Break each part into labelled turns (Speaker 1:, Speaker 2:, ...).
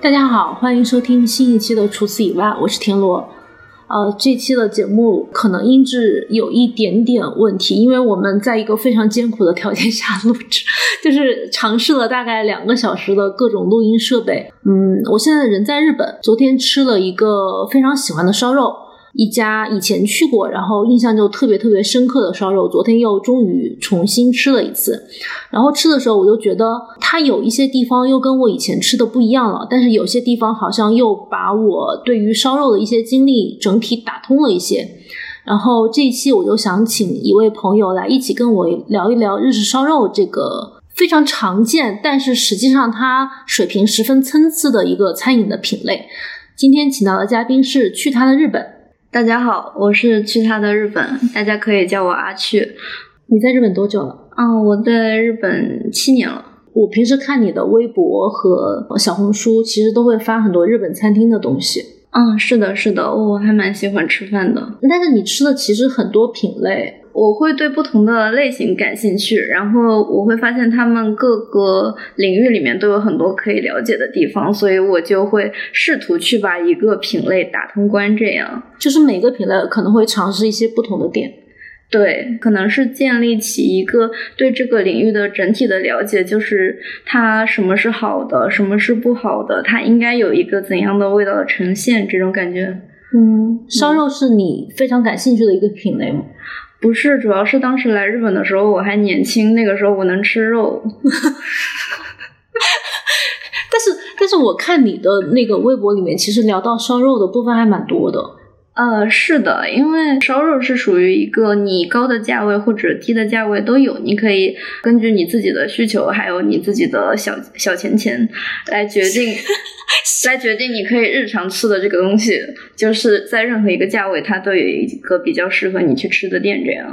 Speaker 1: 大家好，欢迎收听新一期的《除此以外》，我是田螺。呃，这期的节目可能音质有一点点问题，因为我们在一个非常艰苦的条件下录制， 就是尝试了大概两个小时的各种录音设备。嗯，我现在人在日本，昨天吃了一个非常喜欢的烧肉，一家以前去过，然后印象就特别特别深刻的烧肉，昨天又终于重新吃了一次。然后吃的时候，我就觉得它有一些地方又跟我以前吃的不一样了，但是有些地方好像又把我对于烧肉的一些经历整体打通了一些。然后这一期我就想请一位朋友来一起跟我聊一聊日式烧肉这个非常常见，但是实际上它水平十分参差的一个餐饮的品类。今天请到的嘉宾是去他的日本，
Speaker 2: 大家好，我是去他的日本，大家可以叫我阿去。
Speaker 1: 你在日本多久了？
Speaker 2: 嗯，我在日本七年了。
Speaker 1: 我平时看你的微博和小红书，其实都会发很多日本餐厅的东西。
Speaker 2: 嗯，是的，是的，我还蛮喜欢吃饭的。
Speaker 1: 但是你吃的其实很多品类，
Speaker 2: 我会对不同的类型感兴趣，然后我会发现他们各个领域里面都有很多可以了解的地方，所以我就会试图去把一个品类打通关。这样，
Speaker 1: 就是每个品类可能会尝试一些不同的点。
Speaker 2: 对，可能是建立起一个对这个领域的整体的了解，就是它什么是好的，什么是不好的，它应该有一个怎样的味道的呈现，这种感觉。
Speaker 1: 嗯，烧肉是你非常感兴趣的一个品类吗？
Speaker 2: 不是，主要是当时来日本的时候我还年轻，那个时候我能吃肉。
Speaker 1: 但是，但是我看你的那个微博里面，其实聊到烧肉的部分还蛮多的。
Speaker 2: 呃，是的，因为烧肉是属于一个你高的价位或者低的价位都有，你可以根据你自己的需求，还有你自己的小小钱钱来决定，来决定你可以日常吃的这个东西，就是在任何一个价位，它都有一个比较适合你去吃的店这样。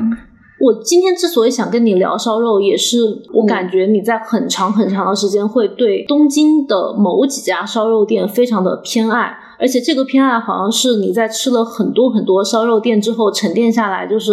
Speaker 1: 我今天之所以想跟你聊烧肉，也是我感觉你在很长很长的时间会对东京的某几家烧肉店非常的偏爱，而且这个偏爱好像是你在吃了很多很多烧肉店之后沉淀下来，就是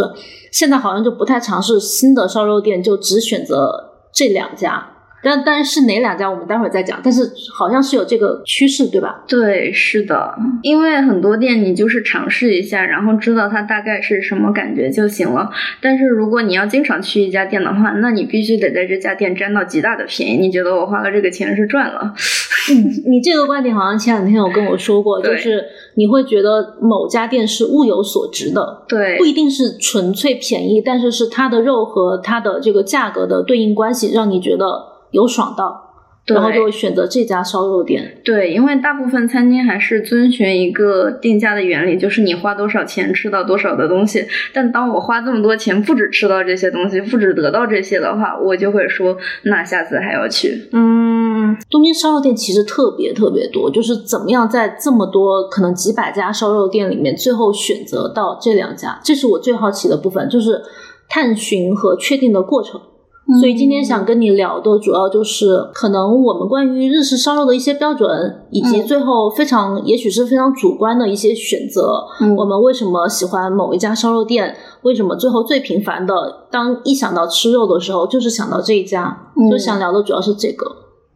Speaker 1: 现在好像就不太尝试新的烧肉店，就只选择这两家。但但是哪两家我们待会儿再讲，但是好像是有这个趋势，对吧？
Speaker 2: 对，是的，
Speaker 1: 嗯
Speaker 2: 因为很多店你就是尝试一下，然后知道它大概是什么感觉就行了。但是如果你要经常去一家店的话，那你必须得在这家店占到极大的便宜。你觉得我花了这个钱是赚了？
Speaker 1: 嗯，你这个观点好像前两天有跟我说过，就
Speaker 2: 对
Speaker 1: 是你会觉得某家店是物有所值的，
Speaker 2: 对
Speaker 1: 不，一定是纯粹便宜，但是是它的肉和它的这个价格的对应关系，让你觉得有爽到，
Speaker 2: 对
Speaker 1: 然后就会选择这家烧肉店。
Speaker 2: 对，因为大部分餐厅还是遵循一个定价的原理，就是你花多少钱吃到多少的东西。但当我花这么多钱，不止吃到这些东西，不止得到这些的话，我就会说，那下次还要去。
Speaker 1: 嗯，东京烧肉店其实特别特别多，就是怎么样在这么多可能几百家烧肉店里面，最后选择到这两家，这是我最好奇的部分，就是探寻和确定的过程。
Speaker 2: 嗯
Speaker 1: 所以今天想跟你聊的主要就是，可能我们关于日式烧肉的一些标准，以及
Speaker 2: 嗯
Speaker 1: 最后非常、也许是非常主观的一些选择。
Speaker 2: 嗯
Speaker 1: 我们为什么喜欢某一家烧肉店？为什么最后最频繁的，当一想到吃肉的时候，就是想到这一家？
Speaker 2: 嗯
Speaker 1: 就想聊的主要是这个。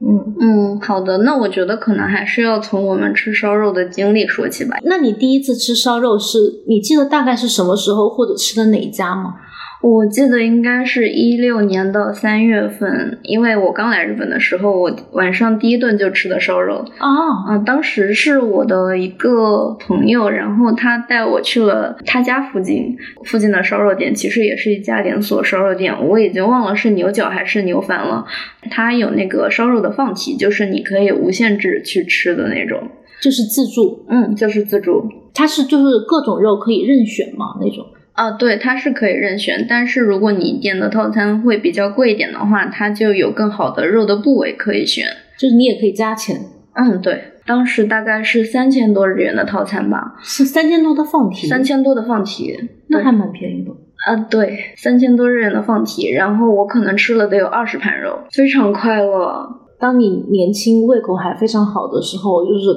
Speaker 1: 嗯，
Speaker 2: 嗯，好的，那我觉得可能还是要从我们吃烧肉的经历说起吧。
Speaker 1: 那你第一次吃烧肉是你记得大概是什么时候，或者吃的哪一家吗？
Speaker 2: 我记得应该是一六年的三月份，因为我刚来日本的时候，我晚上第一顿就吃的烧肉。
Speaker 1: 啊，
Speaker 2: 嗯，当时是我的一个朋友，然后他带我去了他家附近附近的烧肉店，其实也是一家连锁烧肉店，我已经忘了是牛角还是牛腩了。它有那个烧肉的放题，就是你可以无限制去吃的那种。
Speaker 1: 就是自助，
Speaker 2: 嗯，就是自助。
Speaker 1: 它是就是各种肉可以任选嘛那种。
Speaker 2: 啊，对，它是可以任选，但是如果你点的套餐会比较贵一点的话，它就有更好的肉的部位可以选。
Speaker 1: 就是你也可以加钱，
Speaker 2: 嗯，对，当时大概是三千多日元的套餐吧，
Speaker 1: 是三千多的放题，
Speaker 2: 三千多的放题。
Speaker 1: 那
Speaker 2: 对
Speaker 1: 还蛮便宜的。
Speaker 2: 啊，对，三千多日元的放题，然后我可能吃了得有二十盘肉，非常快乐。
Speaker 1: 当你年轻、胃口还非常好的时候，就是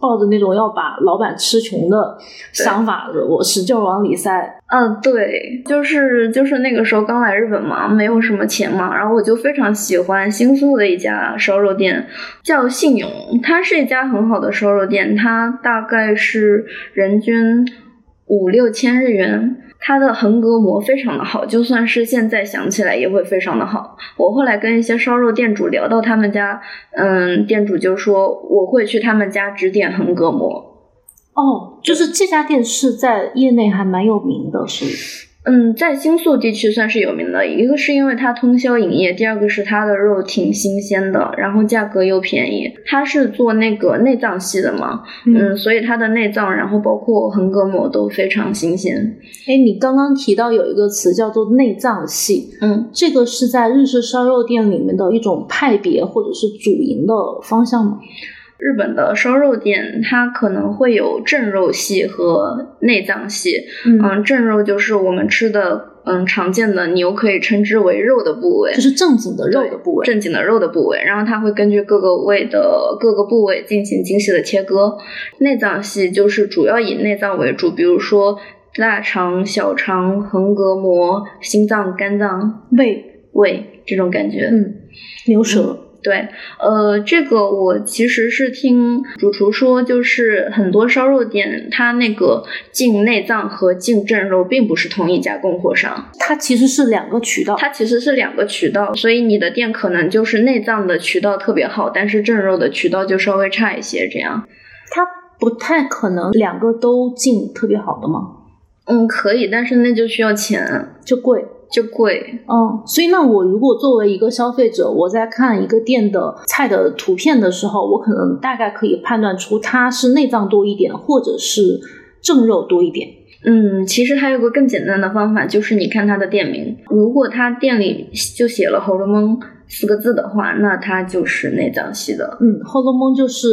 Speaker 1: 抱着那种要把老板吃穷的想法，我使劲往里塞。
Speaker 2: 嗯，对，就是就是那个时候刚来日本嘛，没有什么钱嘛，然后我就非常喜欢新宿的一家烧肉店，叫信永，它是一家很好的烧肉店，它大概是人均五六千日元。它的横膈膜非常的好，就算是现在想起来也会非常的好。我后来跟一些烧肉店主聊到他们家，嗯，店主就说我会去他们家只点横膈膜。
Speaker 1: 哦，就是这家店是在业内还蛮有名的，是。
Speaker 2: 嗯，在新宿地区算是有名的，一个是因为它通宵营业，第二个是它的肉挺新鲜的，然后价格又便宜。它是做那个内脏系的嘛，嗯，所以它的内脏，然后包括横膈膜都非常新鲜。
Speaker 1: 哎，你刚刚提到有一个词叫做内脏系，
Speaker 2: 嗯，
Speaker 1: 这个是在日式烧肉店里面的一种派别或者是主营的方向吗？
Speaker 2: 日本的烧肉店，它可能会有正肉系和内脏系。
Speaker 1: 嗯
Speaker 2: 嗯，正肉就是我们吃的，嗯，常见的牛可以称之为肉的部位
Speaker 1: 就，是正经的肉的部位。
Speaker 2: 正经的肉的部位。然后它会根据各个位的各个部位进行精细的切割。内脏系就是主要以内脏为主，比如说大肠、小肠、横膈膜、心脏、肝脏、
Speaker 1: 胃，
Speaker 2: 胃这种感觉。
Speaker 1: 嗯，牛舌，
Speaker 2: 对，呃，这个我其实是听主厨说，就是很多烧肉店，它那个进内脏和进正肉并不是同一家供货商，
Speaker 1: 它其实是两个渠道。
Speaker 2: 它其实是两个渠道，所以你的店可能就是内脏的渠道特别好，但是正肉的渠道就稍微差一些，这样。
Speaker 1: 它不太可能两个都进特别好的嘛，
Speaker 2: 嗯，可以，但是那就需要钱，
Speaker 1: 就贵。
Speaker 2: 就贵。
Speaker 1: 嗯，所以那我如果作为一个消费者，我在看一个店的菜的图片的时候，我可能大概可以判断出它是内脏多一点，或者是正肉多一点。
Speaker 2: 嗯，其实还有个更简单的方法，就是你看它的店名，如果它店里就写了“喉咙蒙”四个字的话，那它就是内脏系的。
Speaker 1: 嗯，后龙蒙就是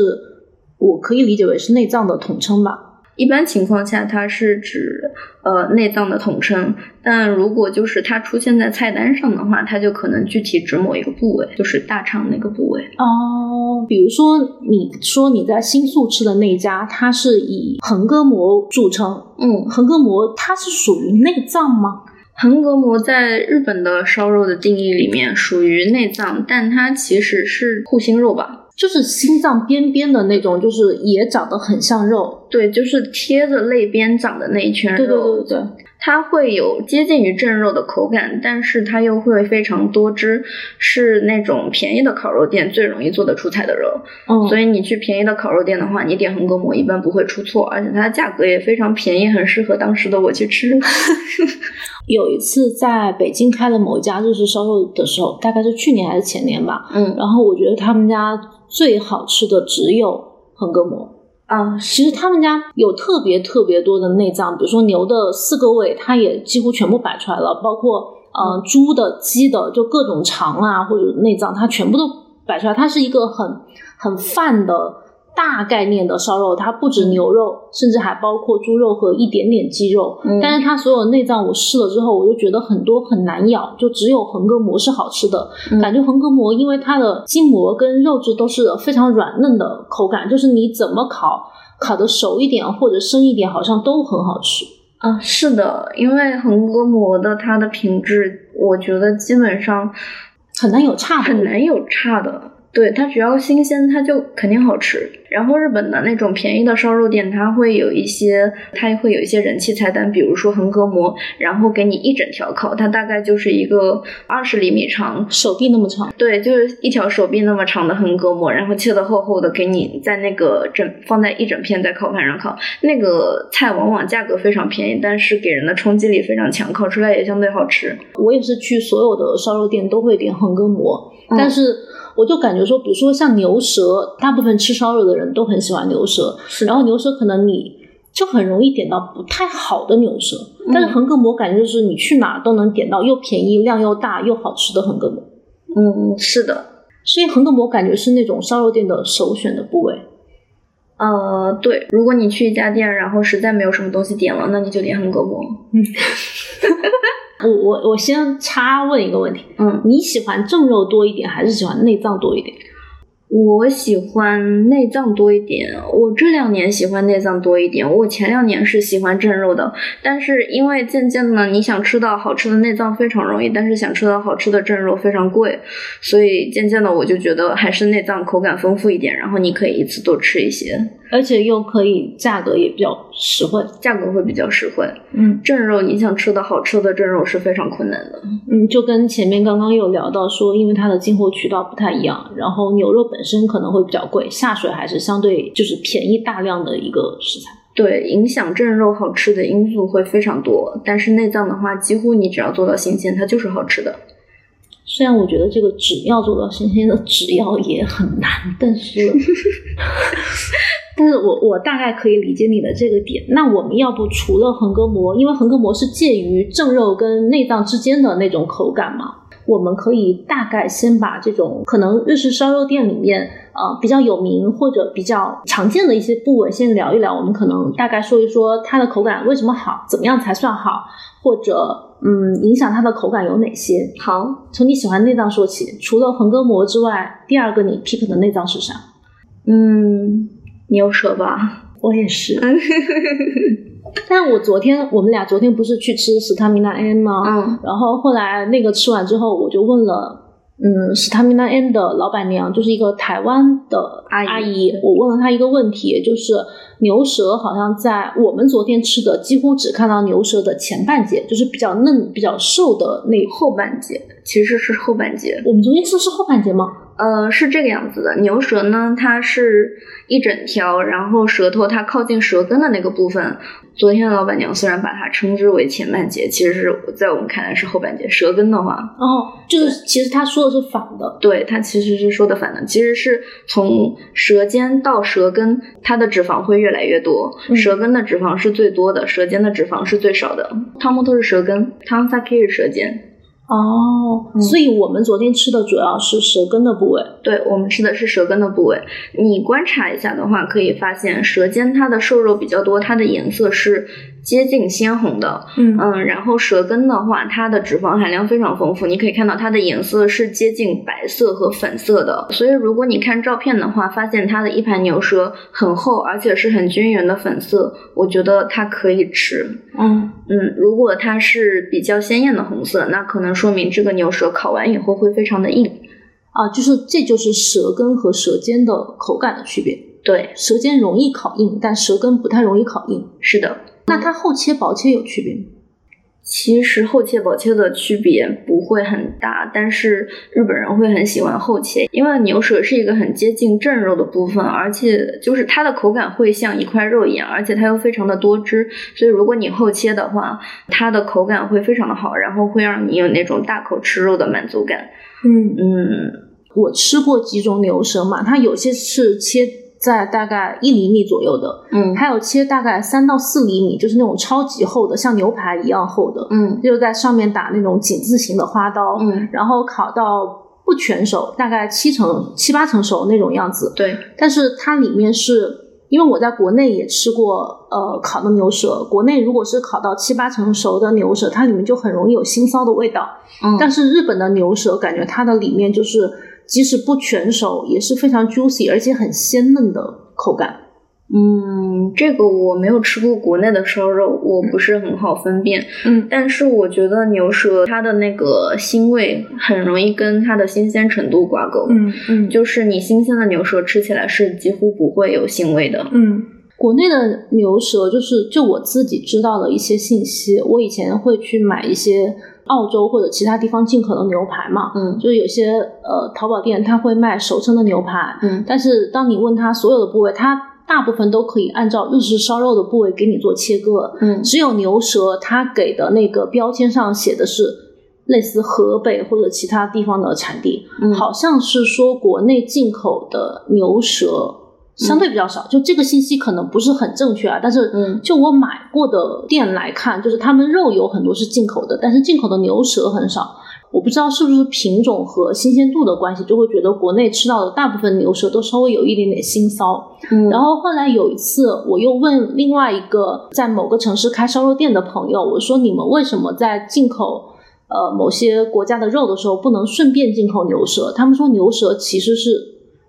Speaker 1: 我可以理解为是内脏的统称吧。
Speaker 2: 一般情况下，它是指呃内脏的统称，但如果就是它出现在菜单上的话，它就可能具体指某一个部位，就是大肠那个部位。
Speaker 1: 哦，比如说你说你在新宿吃的那一家，它是以横膈膜著称，
Speaker 2: 嗯，
Speaker 1: 横膈膜它是属于内脏吗？
Speaker 2: 横膈膜在日本的烧肉的定义里面属于内脏，但它其实是护心肉吧？
Speaker 1: 就是心脏边边的那种，就是也长得很像肉。
Speaker 2: 对，就是贴着肋边长的那一圈肉。
Speaker 1: 对对对对对。
Speaker 2: 它会有接近于正肉的口感，但是它又会非常多汁，是那种便宜的烤肉店最容易做得出菜的肉。
Speaker 1: 嗯，
Speaker 2: 所以你去便宜的烤肉店的话，你点横膈膜一般不会出错，而且它的价格也非常便宜，很适合当时的我去吃。
Speaker 1: 有一次在北京开了某一家日式烧肉的时候，大概是去年还是前年吧。
Speaker 2: 嗯
Speaker 1: 然后我觉得他们家最好吃的只有横膈膜。
Speaker 2: 啊，
Speaker 1: 其实他们家有特别特别多的内脏，比如说牛的四个胃，它也几乎全部摆出来了，包括呃猪的、鸡的，就各种肠啊或者内脏，它全部都摆出来。它是一个很很泛的大概念的烧肉，它不止牛肉，甚至还包括猪肉和一点点鸡肉。
Speaker 2: 嗯
Speaker 1: 但是它所有内脏我试了之后，我就觉得很多很难咬，就只有横膈膜是好吃的。
Speaker 2: 嗯
Speaker 1: 感觉横膈膜因为它的筋膜跟肉质都是非常软嫩的口感，就是你怎么烤，烤的熟一点或者生一点，好像都很好吃。
Speaker 2: 啊，是的，因为横膈膜的它的品质，我觉得基本上
Speaker 1: 很难有差
Speaker 2: 很
Speaker 1: 的。
Speaker 2: 难有差的。对它只要新鲜，它就肯定好吃。然后日本的那种便宜的烧肉店，它会有一些，它会有一些人气菜单，比如说横膈膜，然后给你一整条烤，它大概就是一个二十厘米长，
Speaker 1: 手臂那么长，
Speaker 2: 对，就是一条手臂那么长的横膈膜，然后切的厚厚的，给你在那个整放在一整片在烤盘上烤。那个菜往往价格非常便宜，但是给人的冲击力非常强，烤出来也相对好吃。
Speaker 1: 我也是去所有的烧肉店都会点横膈膜，
Speaker 2: 嗯
Speaker 1: 但是我就感觉说，比如说像牛舌，大部分吃烧肉的人都很喜欢牛舌，
Speaker 2: 是
Speaker 1: 然后牛舌可能你就很容易点到不太好的牛舌，
Speaker 2: 嗯
Speaker 1: 但是横膈膜感觉就是你去哪儿都能点到又便宜、量又大又好吃的横膈膜。
Speaker 2: 嗯，是的，
Speaker 1: 所以横膈膜感觉是那种烧肉店的首选的部位。
Speaker 2: 呃，对，如果你去一家店，然后实在没有什么东西点了，那你就点横膈膜。
Speaker 1: 我我我先插问一个问题，
Speaker 2: 嗯，
Speaker 1: 你喜欢正肉多一点，还是喜欢内脏多一点？
Speaker 2: 我喜欢内脏多一点，我这两年喜欢内脏多一点。我前两年是喜欢正肉的，但是因为渐渐呢，你想吃到好吃的内脏非常容易，但是想吃到好吃的正肉非常贵，所以渐渐的我就觉得还是内脏口感丰富一点，然后你可以一次多吃一些，
Speaker 1: 而且又可以价格也比较实惠。
Speaker 2: 价格会比较实惠。
Speaker 1: 嗯
Speaker 2: 正肉你想吃到好吃的正肉是非常困难的。
Speaker 1: 嗯，就跟前面刚刚有聊到说，因为它的进货渠道不太一样，然后牛肉本身可能会比较贵，下水还是相对就是便宜大量的一个食材。
Speaker 2: 对，影响正肉好吃的因素会非常多，但是内脏的话，几乎你只要做到新鲜，它就是好吃的。
Speaker 1: 虽然我觉得这个只要做到新鲜的只要也很难，但
Speaker 2: 嗯
Speaker 1: 是， 但是我我大概可以理解你的这个点。那我们要不除了横膈膜，因为横膈膜是介于正肉跟内脏之间的那种口感嘛，我们可以大概先把这种可能日式烧肉店里面呃比较有名或者比较常见的一些部位先聊一聊。我们可能大概说一说它的口感为什么好，怎么样才算好，或者嗯影响它的口感有哪些。
Speaker 2: 好，
Speaker 1: 从你喜欢内脏说起，除了横膈膜之外，第二个你 pick 的内脏是啥？
Speaker 2: 嗯，牛舌吧，
Speaker 1: 我也是， 但我昨天我们俩昨天不是去吃史塔米娜 M 吗？
Speaker 2: 嗯
Speaker 1: 然后后来那个吃完之后，我就问了，嗯，史塔米娜 M 的老板娘就是一个台湾的
Speaker 2: 阿姨
Speaker 1: 阿姨，我问了她一个问题，就是牛舌好像在我们昨天吃的几乎只看到牛舌的前半截，就是比较嫩、比较瘦的那。
Speaker 2: 后半截其实是后半截，
Speaker 1: 我们昨天吃的是后半截吗？
Speaker 2: 呃，是这个样子的。牛舌呢，它是一整条，然后舌头它靠近舌根的那个部分。昨天老板娘虽然把它称之为前半截，其实是在我们看来是后半截。舌根的话，
Speaker 1: 哦，就是其实他说的是反的，
Speaker 2: 对，它其实是说的反的，其实是从舌尖到舌根，它的脂肪会越来越多，
Speaker 1: 嗯
Speaker 2: 舌根的脂肪是最多的，舌尖的脂肪是最少的。汤姆都是舌根，汤萨 K 是舌尖。
Speaker 1: 哦，
Speaker 2: 嗯
Speaker 1: 所以我们昨天吃的主要是舌根的部位。
Speaker 2: 对我们吃的是舌根的部位，你观察一下的话，可以发现舌尖它的瘦肉比较多，它的颜色是接近鲜红的，
Speaker 1: 嗯
Speaker 2: 嗯，然后舌根的话，它的脂肪含量非常丰富，你可以看到它的颜色是接近白色和粉色的。所以如果你看照片的话，发现它的一盘牛舌很厚，而且是很均匀的粉色，我觉得它可以吃。
Speaker 1: 嗯，
Speaker 2: 嗯，如果它是比较鲜艳的红色，那可能说明这个牛舌烤完以后会非常的硬。
Speaker 1: 啊，就是这就是舌根和舌尖的口感的区别。
Speaker 2: 对，
Speaker 1: 舌尖容易烤硬，但舌根不太容易烤硬。
Speaker 2: 是的。
Speaker 1: 那它厚切薄切有区别吗？
Speaker 2: 其实厚切薄切的区别不会很大，但是日本人会很喜欢厚切，因为牛舌是一个很接近正肉的部分，而且就是它的口感会像一块肉一样，而且它又非常的多汁，所以如果你厚切的话，它的口感会非常的好，然后会让你有那种大口吃肉的满足感。
Speaker 1: 嗯，
Speaker 2: 嗯，
Speaker 1: 我吃过几种牛舌嘛，它有些是切在大概一厘米左右的，
Speaker 2: 嗯
Speaker 1: 还有切大概三到四厘米，就是那种超级厚的，像牛排一样厚的，
Speaker 2: 嗯
Speaker 1: 就在上面打那种井字形的花刀。
Speaker 2: 嗯，
Speaker 1: 然后烤到不全熟，大概七成七八成熟那种样子。
Speaker 2: 对，
Speaker 1: 但是它里面是因为我在国内也吃过呃烤的牛舌，国内如果是烤到七八成熟的牛舌，它里面就很容易有腥臊的味道。
Speaker 2: 嗯
Speaker 1: 但是日本的牛舌感觉它的里面就是即使不全熟也是非常 juicy，而且很鲜嫩的口感。
Speaker 2: 嗯，这个我没有吃过国内的烧肉，我不是很好分辨。
Speaker 1: 嗯
Speaker 2: 但是我觉得牛舌它的那个腥味很容易跟它的新鲜程度挂钩。，
Speaker 1: 嗯嗯
Speaker 2: 就是你新鲜的牛舌吃起来是几乎不会有腥味的。
Speaker 1: 嗯，国内的牛舌就是就我自己知道的一些信息，我以前会去买一些澳洲或者其他地方进口的牛排嘛，
Speaker 2: 嗯
Speaker 1: 就是有些呃淘宝店它会卖熟成的牛排，
Speaker 2: 嗯
Speaker 1: 但是当你问他所有的部位，他大部分都可以按照日式烧肉的部位给你做切割，
Speaker 2: 嗯
Speaker 1: 只有牛舌它给的那个标签上写的是类似河北或者其他地方的产地，
Speaker 2: 嗯，
Speaker 1: 好像是说国内进口的牛舌
Speaker 2: 嗯
Speaker 1: 相对比较少，就这个信息可能不是很正确啊。但是
Speaker 2: 嗯
Speaker 1: 就我买过的店来看，就是他们肉有很多是进口的，但是进口的牛舌很少。我不知道是不是品种和新鲜度的关系，就会觉得国内吃到的大部分牛舌都稍微有一点点腥臊。
Speaker 2: 嗯，
Speaker 1: 然后后来有一次，我又问另外一个在某个城市开烧肉店的朋友，我说你们为什么在进口呃某些国家的肉的时候不能顺便进口牛舌？他们说牛舌其实是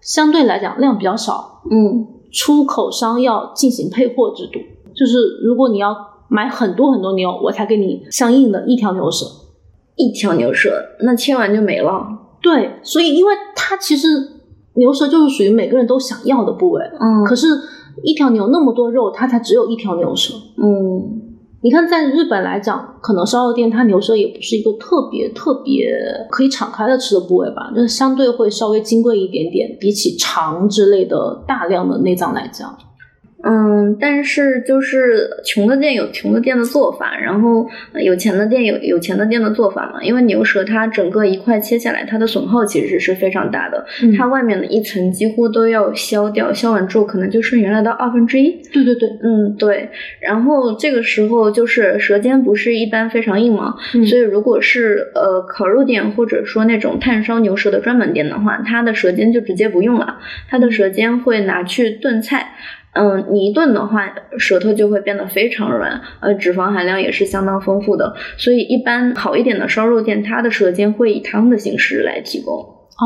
Speaker 1: 相对来讲量比较少，
Speaker 2: 嗯
Speaker 1: 出口商要进行配货制度，就是如果你要买很多很多牛，我才给你相应的一条牛舌。
Speaker 2: 一条牛舌，那切完就没了。
Speaker 1: 对，所以因为它其实牛舌就是属于每个人都想要的部位，
Speaker 2: 嗯
Speaker 1: 可是，一条牛那么多肉，它才只有一条牛舌。
Speaker 2: 嗯
Speaker 1: 你看，在日本来讲，可能烧肉店它牛舌也不是一个特别特别可以敞开的吃的部位吧，就是相对会稍微金贵一点点，比起肠之类的大量的内脏来讲。
Speaker 2: 嗯，但是就是穷的店有穷的店的做法，然后呃有钱的店有有钱的店的做法嘛。因为牛舌它整个一块切下来，它的损耗其实是非常大的，
Speaker 1: 嗯
Speaker 2: 它外面的一层几乎都要削掉，削完之后可能就剩原来的二分之一。
Speaker 1: 对对对，
Speaker 2: 嗯，对。然后这个时候就是舌尖不是一般非常硬嘛，
Speaker 1: 嗯
Speaker 2: 所以如果是呃烤肉店或者说那种炭烧牛舌的专门店的话，它的舌尖就直接不用了，它的舌尖会拿去炖菜。嗯，你一炖的话，舌头就会变得非常软，呃，脂肪含量也是相当丰富的，所以一般好一点的烧肉店，它的舌尖会以汤的形式来提供。
Speaker 1: 哦，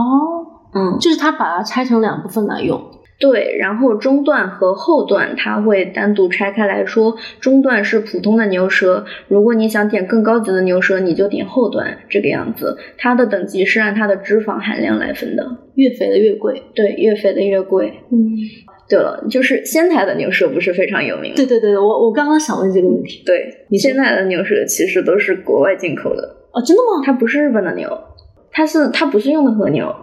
Speaker 2: 嗯，
Speaker 1: 就是它把它拆成两部分来用。
Speaker 2: 对，然后中段和后段它会单独拆开来说，中段是普通的牛舌，如果你想点更高级的牛舌，你就点后段这个样子。它的等级是按它的脂肪含量来分的，
Speaker 1: 越肥的越贵，
Speaker 2: 对，越肥的越贵。
Speaker 1: 嗯，
Speaker 2: 对了，就是仙台的牛舌不是非常有名吗？
Speaker 1: 对对对，我我刚刚想问这个问题，
Speaker 2: 对，
Speaker 1: 你说
Speaker 2: 仙台的牛舌其实都是国外进口的，
Speaker 1: 哦，真的吗？
Speaker 2: 它不是日本的牛，它是它不是用的和牛，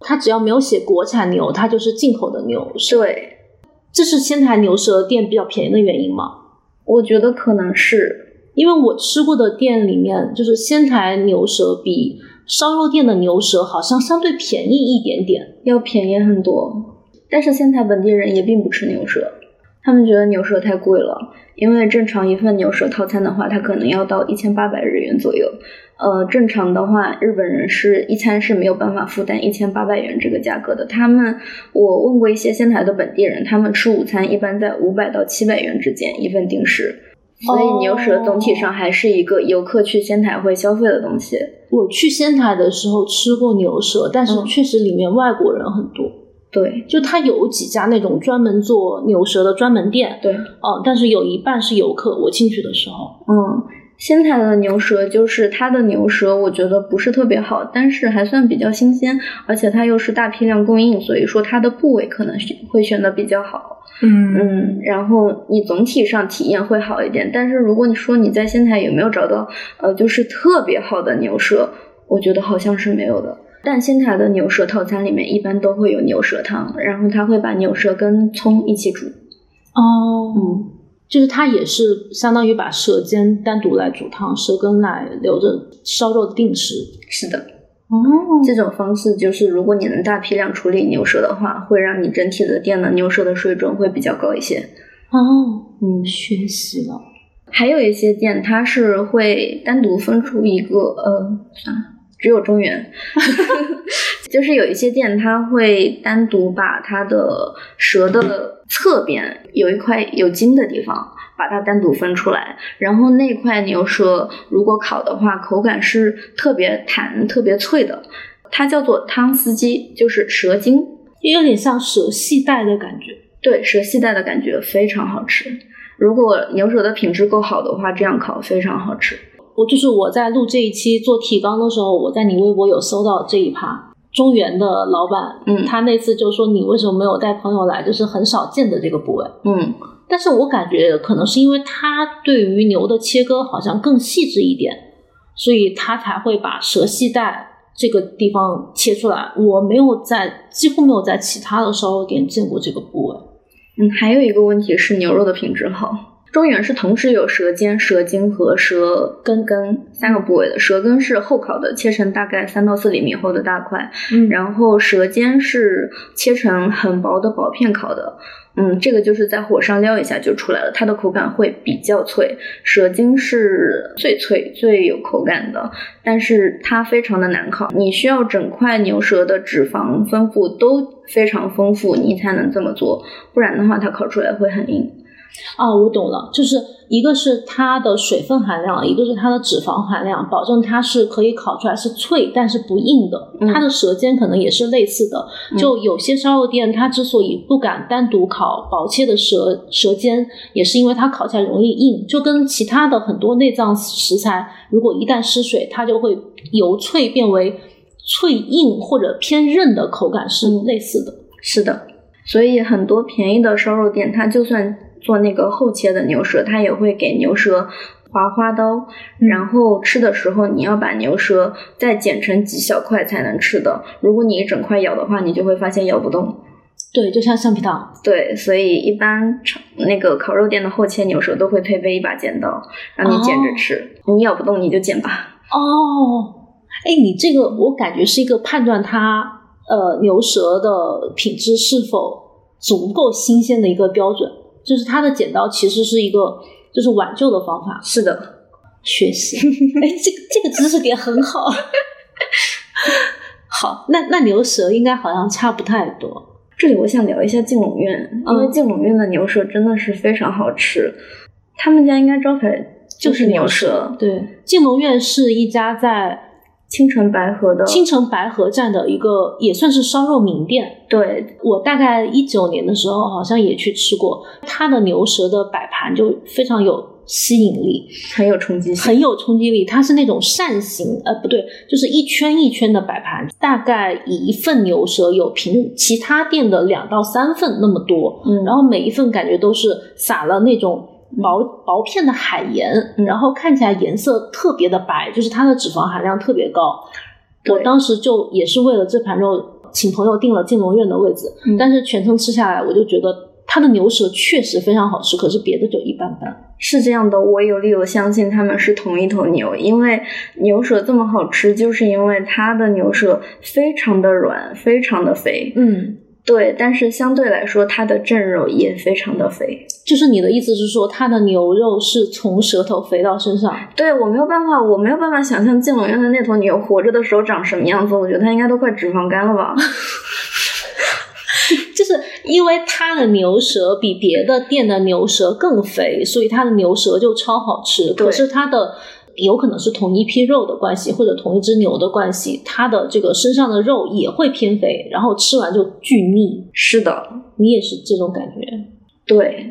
Speaker 1: 它只要没有写国产牛，它就是进口的牛，是
Speaker 2: 对，
Speaker 1: 这是仙台牛舌店比较便宜的原因吗？
Speaker 2: 我觉得可能是，
Speaker 1: 因为我吃过的店里面，就是仙台牛舌比烧肉店的牛舌好像相对便宜一点点。
Speaker 2: 要便宜很多。但是现在本地人也并不吃牛舌，他们觉得牛舌太贵了，因为正常一份牛舌套餐的话，它可能要到一千八百日元左右。呃，正常的话，日本人是一餐是没有办法负担一千八百元这个价格的。他们，我问过一些仙台的本地人，他们吃午餐一般在五百到七百元之间一份定时，所以牛舌总体上还是一个游客去仙台会消费的东西。
Speaker 1: 我去仙台的时候吃过牛舌，但是
Speaker 2: 嗯
Speaker 1: 确实里面外国人很多，
Speaker 2: 对
Speaker 1: 就它有几家那种专门做牛舌的专门店，
Speaker 2: 对，
Speaker 1: 哦，但是有一半是游客。我进去的时候，
Speaker 2: 嗯，仙台的牛舌就是它的牛舌，我觉得不是特别好，但是还算比较新鲜，而且它又是大批量供应，所以说它的部位可能选会选的比较好。
Speaker 1: 嗯
Speaker 2: 嗯，然后你总体上体验会好一点，但是如果你说你在仙台有没有找到呃就是特别好的牛舌，我觉得好像是没有的。但仙台的牛舌套餐里面一般都会有牛舌汤，然后它会把牛舌跟葱一起煮。
Speaker 1: 哦，
Speaker 2: 嗯，
Speaker 1: 就是它也是相当于把舌尖单独来煮汤，舌根来留着烧肉的定时。
Speaker 2: 是的。
Speaker 1: 哦，
Speaker 2: 这种方式就是，如果你能大批量处理牛舌的话，会让你整体的店的牛舌的水准会比较高一些。
Speaker 1: 哦，
Speaker 2: 嗯，
Speaker 1: 学习了。
Speaker 2: 还有一些店它是会单独分出一个，呃，算了，只有中原， 就是有一些店它会单独把它的舌的侧边有一块有筋的地方。把它单独分出来，然后那块牛舌如果烤的话，口感是特别弹、特别脆的，它叫做汤司机，就是蛇精，
Speaker 1: 也有点像蛇系带的感觉。
Speaker 2: 对蛇系带的感觉非常好吃。如果牛舌的品质够好的话，这样烤非常好吃。
Speaker 1: 我就是我在录这一期做提纲的时候，我在你微博有搜到这一趴。中原的老板，
Speaker 2: 嗯
Speaker 1: 他那次就说你为什么没有带朋友来，就是很少见的这个部位。
Speaker 2: 嗯，
Speaker 1: 但是我感觉可能是因为他对于牛的切割好像更细致一点，所以他才会把蛇系带这个地方切出来。我没有在几乎没有在其他的烧肉店见过这个部位。
Speaker 2: 嗯，还有一个问题是牛肉的品质好。中原是同时有舌尖、舌筋和舌根根三个部位的，舌根是厚烤的，切成大概三到四厘米厚的大块，
Speaker 1: 嗯
Speaker 2: 然后舌尖是切成很薄的薄片烤的，嗯，这个就是在火上撩一下就出来了，它的口感会比较脆。舌筋是最脆、最有口感的，但是它非常的难烤，你需要整块牛舌的脂肪分布都非常丰富，你才能这么做，不然的话它烤出来会很硬。
Speaker 1: 哦，我懂了，就是一个是它的水分含量，一个是它的脂肪含量，保证它是可以烤出来是脆但是不硬的。
Speaker 2: 嗯
Speaker 1: 它的舌尖可能也是类似的，就有些烧肉店它之所以不敢单独烤薄切的舌舌尖，也是因为它烤起来容易硬，就跟其他的很多内脏食材，如果一旦失水，它就会由脆变为脆硬或者偏韧的口感是
Speaker 2: 嗯
Speaker 1: 类似的。
Speaker 2: 是的，所以很多便宜的烧肉店，它就算做那个厚切的牛舌，它也会给牛舌划花刀，
Speaker 1: 嗯
Speaker 2: 然后吃的时候你要把牛舌再剪成几小块才能吃的。如果你一整块咬的话，你就会发现咬不动。
Speaker 1: 对，就像橡皮糖。
Speaker 2: 对，所以一般炒那个烤肉店的厚切牛舌都会配备一把剪刀，让你剪着吃。你咬不动你就剪吧。
Speaker 1: 哦，哎，你这个我感觉是一个判断它呃牛舌的品质是否足够新鲜的一个标准，就是它的剪刀其实是一个就是挽救的方法。
Speaker 2: 是的，
Speaker 1: 学习，哎，这个这个知识点很好。 好，那那牛舌应该好像差不太多。
Speaker 2: 这里我想聊一下敬龙苑，因为
Speaker 1: 嗯
Speaker 2: 敬龙苑的牛舌真的是非常好吃。他们家应该招牌就是牛舌，
Speaker 1: 对，静龙苑是一家在
Speaker 2: 青城白河的。
Speaker 1: 青城白河站的一个也算是烧肉名店，
Speaker 2: 对，
Speaker 1: 我大概一九年的时候好像也去吃过，它的牛舌的摆盘就非常有吸引力，
Speaker 2: 很有冲击性。
Speaker 1: 很有冲击力。它是那种扇形，呃，不对，就是一圈一圈的摆盘，大概一份牛舌有平其他店的两到三份那么多，
Speaker 2: 嗯
Speaker 1: 然后每一份感觉都是撒了那种。薄薄片的海盐，
Speaker 2: 嗯
Speaker 1: 然后看起来颜色特别的白，就是它的脂肪含量特别高。我
Speaker 2: 对
Speaker 1: 当时就也是为了这盘肉，请朋友订了静龙苑的位置，
Speaker 2: 嗯
Speaker 1: 但是全程吃下来，我就觉得它的牛舌确实非常好吃，可是别的就一般般。
Speaker 2: 是这样的，我有理由相信他们是同一头牛，因为牛舌这么好吃，就是因为它的牛舌非常的软，非常的肥。
Speaker 1: 嗯，
Speaker 2: 对，但是相对来说，它的正肉也非常的肥。
Speaker 1: 就是你的意思是说，它的牛肉是从舌头肥到身上？
Speaker 2: 对我没有办法，我没有办法想象敬龙院的那头牛活着的时候长什么样子，我觉得它应该都快脂肪肝了 吧。
Speaker 1: 就是因为它的牛舌比别的店的牛舌更肥，所以它的牛舌就超好吃。
Speaker 2: 对
Speaker 1: 可是它的有可能是同一批肉的关系，或者同一只牛的关系，它的这个身上的肉也会偏肥，然后吃完就巨腻。
Speaker 2: 是的，
Speaker 1: 你也是这种感觉？
Speaker 2: 对，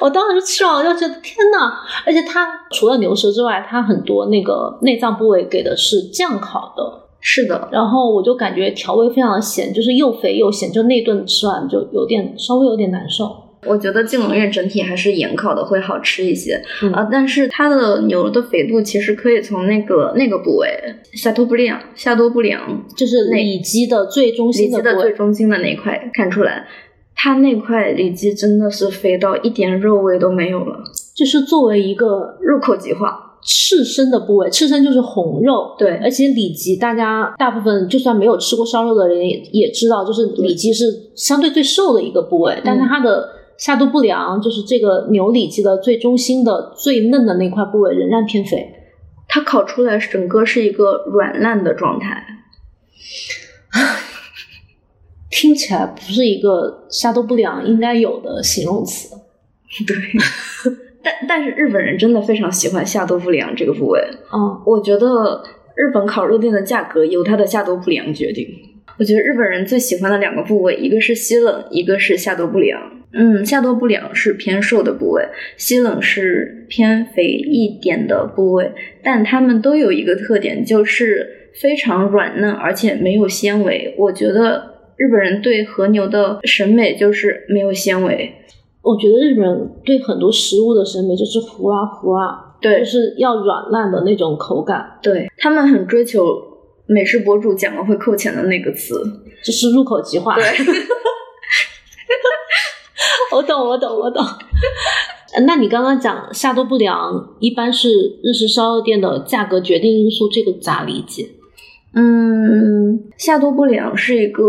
Speaker 1: 我当时吃完我就觉得天呐！而且它除了牛舌之外，它很多那个内脏部位给的是酱烤的，
Speaker 2: 是的，
Speaker 1: 然后我就感觉调味非常的咸，就是又肥又咸，就那顿吃完就有点稍微有点难受。
Speaker 2: 我觉得敬龙院整体还是盐烤的会好吃一些，
Speaker 1: 嗯
Speaker 2: 啊，但是它的牛的肥度其实可以从那个那个部位下头不良、下多不良
Speaker 1: 就是
Speaker 2: 那
Speaker 1: 里脊的最中
Speaker 2: 里
Speaker 1: 心
Speaker 2: 脊
Speaker 1: 的
Speaker 2: 的
Speaker 1: 部
Speaker 2: 最
Speaker 1: 位，
Speaker 2: 中心的那一块看出来，它那块里脊真的是肥到一点肉味都没有了，
Speaker 1: 就是作为一个
Speaker 2: 入口即化。
Speaker 1: 赤身的部位，赤身就是红肉。
Speaker 2: 对，
Speaker 1: 而且里脊，大家大部分就算没有吃过烧肉的人也也知道，就是里脊是相对最瘦的一个部位，但
Speaker 2: 嗯
Speaker 1: 是它的下肚不良，就是这个牛里脊的最中心的最嫩的那块部位仍然偏肥。
Speaker 2: 它烤出来整个是一个软烂的状态。
Speaker 1: 听起来不是一个下肚不良应该有的形容词。
Speaker 2: 对，但但是日本人真的非常喜欢下肚不良这个部位，
Speaker 1: 嗯，
Speaker 2: 我觉得日本烤肉店的价格由它的下肚不良决定。我觉得日本人最喜欢的两个部位，一个是西冷，一个是下肚不良。嗯，下肚不良是偏瘦的部位，西冷是偏肥一点的部位，但它们都有一个特点，就是非常软嫩，而且没有纤维。我觉得日本人对和牛的审美就是没有纤维。
Speaker 1: 我觉得日本人对很多食物的审美就是糊啊糊啊，
Speaker 2: 对
Speaker 1: 就，是要软烂的那种口感，
Speaker 2: 对他们很追求美食博主讲了会扣钱的那个词。
Speaker 1: 就是入口即化。
Speaker 2: 对。
Speaker 1: 我懂，我懂，我懂。呃那你刚刚讲下肚不良，一般是日式烧肉店的价格决定因素，这个咋理解？
Speaker 2: 嗯，下多不良是一个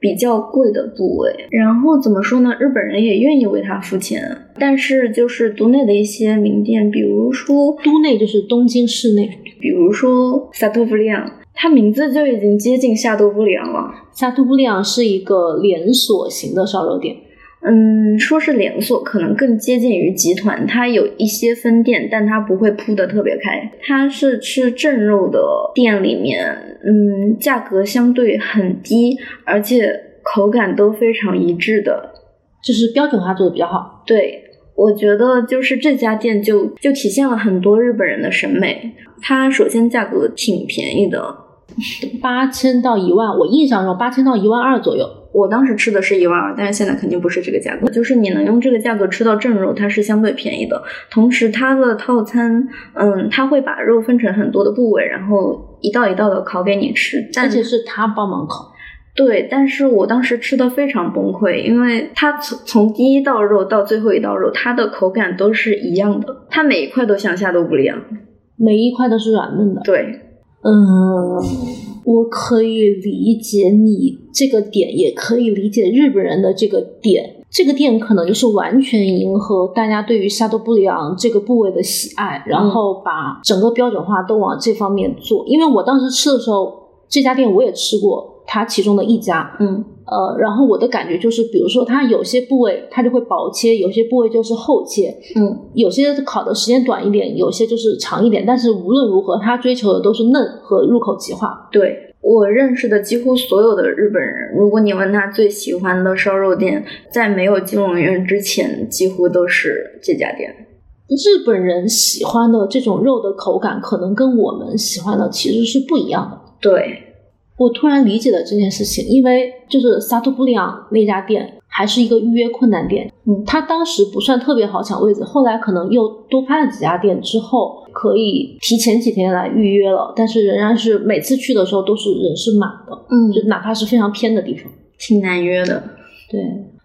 Speaker 2: 比较贵的部位，然后怎么说呢？日本人也愿意为它付钱，但是就是国内的一些名店，比如说，
Speaker 1: 都内就是东京市内，
Speaker 2: 比如说萨多不良，它名字就已经接近下多不良了。
Speaker 1: 下肚不良是一个连锁型的烧肉店，
Speaker 2: 嗯，说是连锁，可能更接近于集团。它有一些分店，但它不会铺的特别开。它是吃正肉的店里面，嗯，价格相对很低，而且口感都非常一致的。
Speaker 1: 就是标准化做的比较好。
Speaker 2: 对，我觉得就是这家店就就体现了很多日本人的审美。它首先价格挺便宜的，
Speaker 1: 八千到一万，我印象中八千到一万二左右。
Speaker 2: 我当时吃的是一万二，但是现在肯定不是这个价格。就是你能用这个价格吃到正肉，它是相对便宜的。同时，它的套餐，嗯，它会把肉分成很多的部位，然后一道一道的烤给你吃。但
Speaker 1: 而且是他帮忙烤。
Speaker 2: 对，但是我当时吃的非常崩溃，因为它从从第一道肉到最后一道肉，它的口感都是一样的，它每一块都向下都不一样。
Speaker 1: 每一块都是软嫩的。
Speaker 2: 对，
Speaker 1: 嗯，我可以理解你这个点，也可以理解日本人的这个点。这个店可能就是完全迎合大家对于下肚不良这个部位的喜爱，然后把整个标准化都往这方面做。因为我当时吃的时候，这家店我也吃过，它其中的一家，
Speaker 2: 嗯
Speaker 1: 呃，然后我的感觉就是，比如说它有些部位它就会薄切，有些部位就是厚切，
Speaker 2: 嗯，
Speaker 1: 有些烤的时间短一点，有些就是长一点，但是无论如何，它追求的都是嫩和入口即化。
Speaker 2: 对。我认识的几乎所有的日本人，如果你问他最喜欢的烧肉店，在没有金融院之前，几乎都是这家店。
Speaker 1: 日本人喜欢的这种肉的口感，可能跟我们喜欢的其实是不一样的。
Speaker 2: 对，
Speaker 1: 我突然理解了这件事情，因为就是萨图布里昂那家店还是一个预约困难店，
Speaker 2: 嗯
Speaker 1: 他当时不算特别好抢位置，后来可能又多拍了几家店之后，可以提前几天来预约了，但是仍然是每次去的时候都是人是满的，
Speaker 2: 嗯
Speaker 1: 就哪怕是非常偏的地方。
Speaker 2: 挺难约的。
Speaker 1: 对，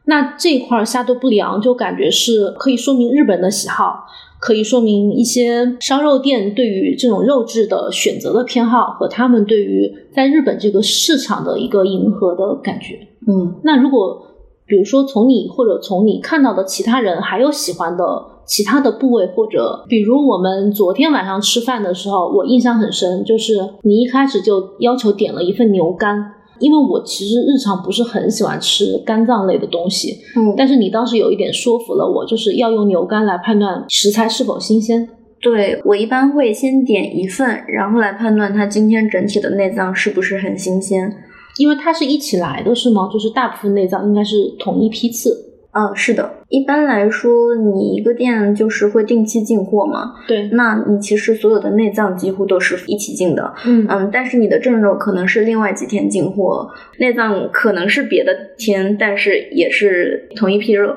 Speaker 1: 那这一块儿下肚不良就感觉是可以说明日本的喜好，可以说明一些烧肉店对于这种肉质的选择的偏好和他们对于在日本这个市场的一个迎合的感觉。
Speaker 2: 嗯
Speaker 1: 那如果比如说从你或者从你看到的其他人还有喜欢的其他的部位，或者比如我们昨天晚上吃饭的时候，我印象很深，就是你一开始就要求点了一份牛肝，因为我其实日常不是很喜欢吃肝脏类的东西，
Speaker 2: 嗯，
Speaker 1: 但是你当时有一点说服了我，就是要用牛肝来判断食材是否新鲜。
Speaker 2: 对我一般会先点一份，然后来判断它今天整体的内脏是不是很新鲜。
Speaker 1: 因为它是一起来的，是吗？就是大部分内脏应该是同一批次。
Speaker 2: 嗯、是的，一般来说，你一个店就是会定期进货嘛，
Speaker 1: 对，
Speaker 2: 那你其实所有的内脏几乎都是一起进的，
Speaker 1: 嗯
Speaker 2: 嗯，但是你的正肉可能是另外几天进货，内脏可能是别的天，但是也是同一批肉。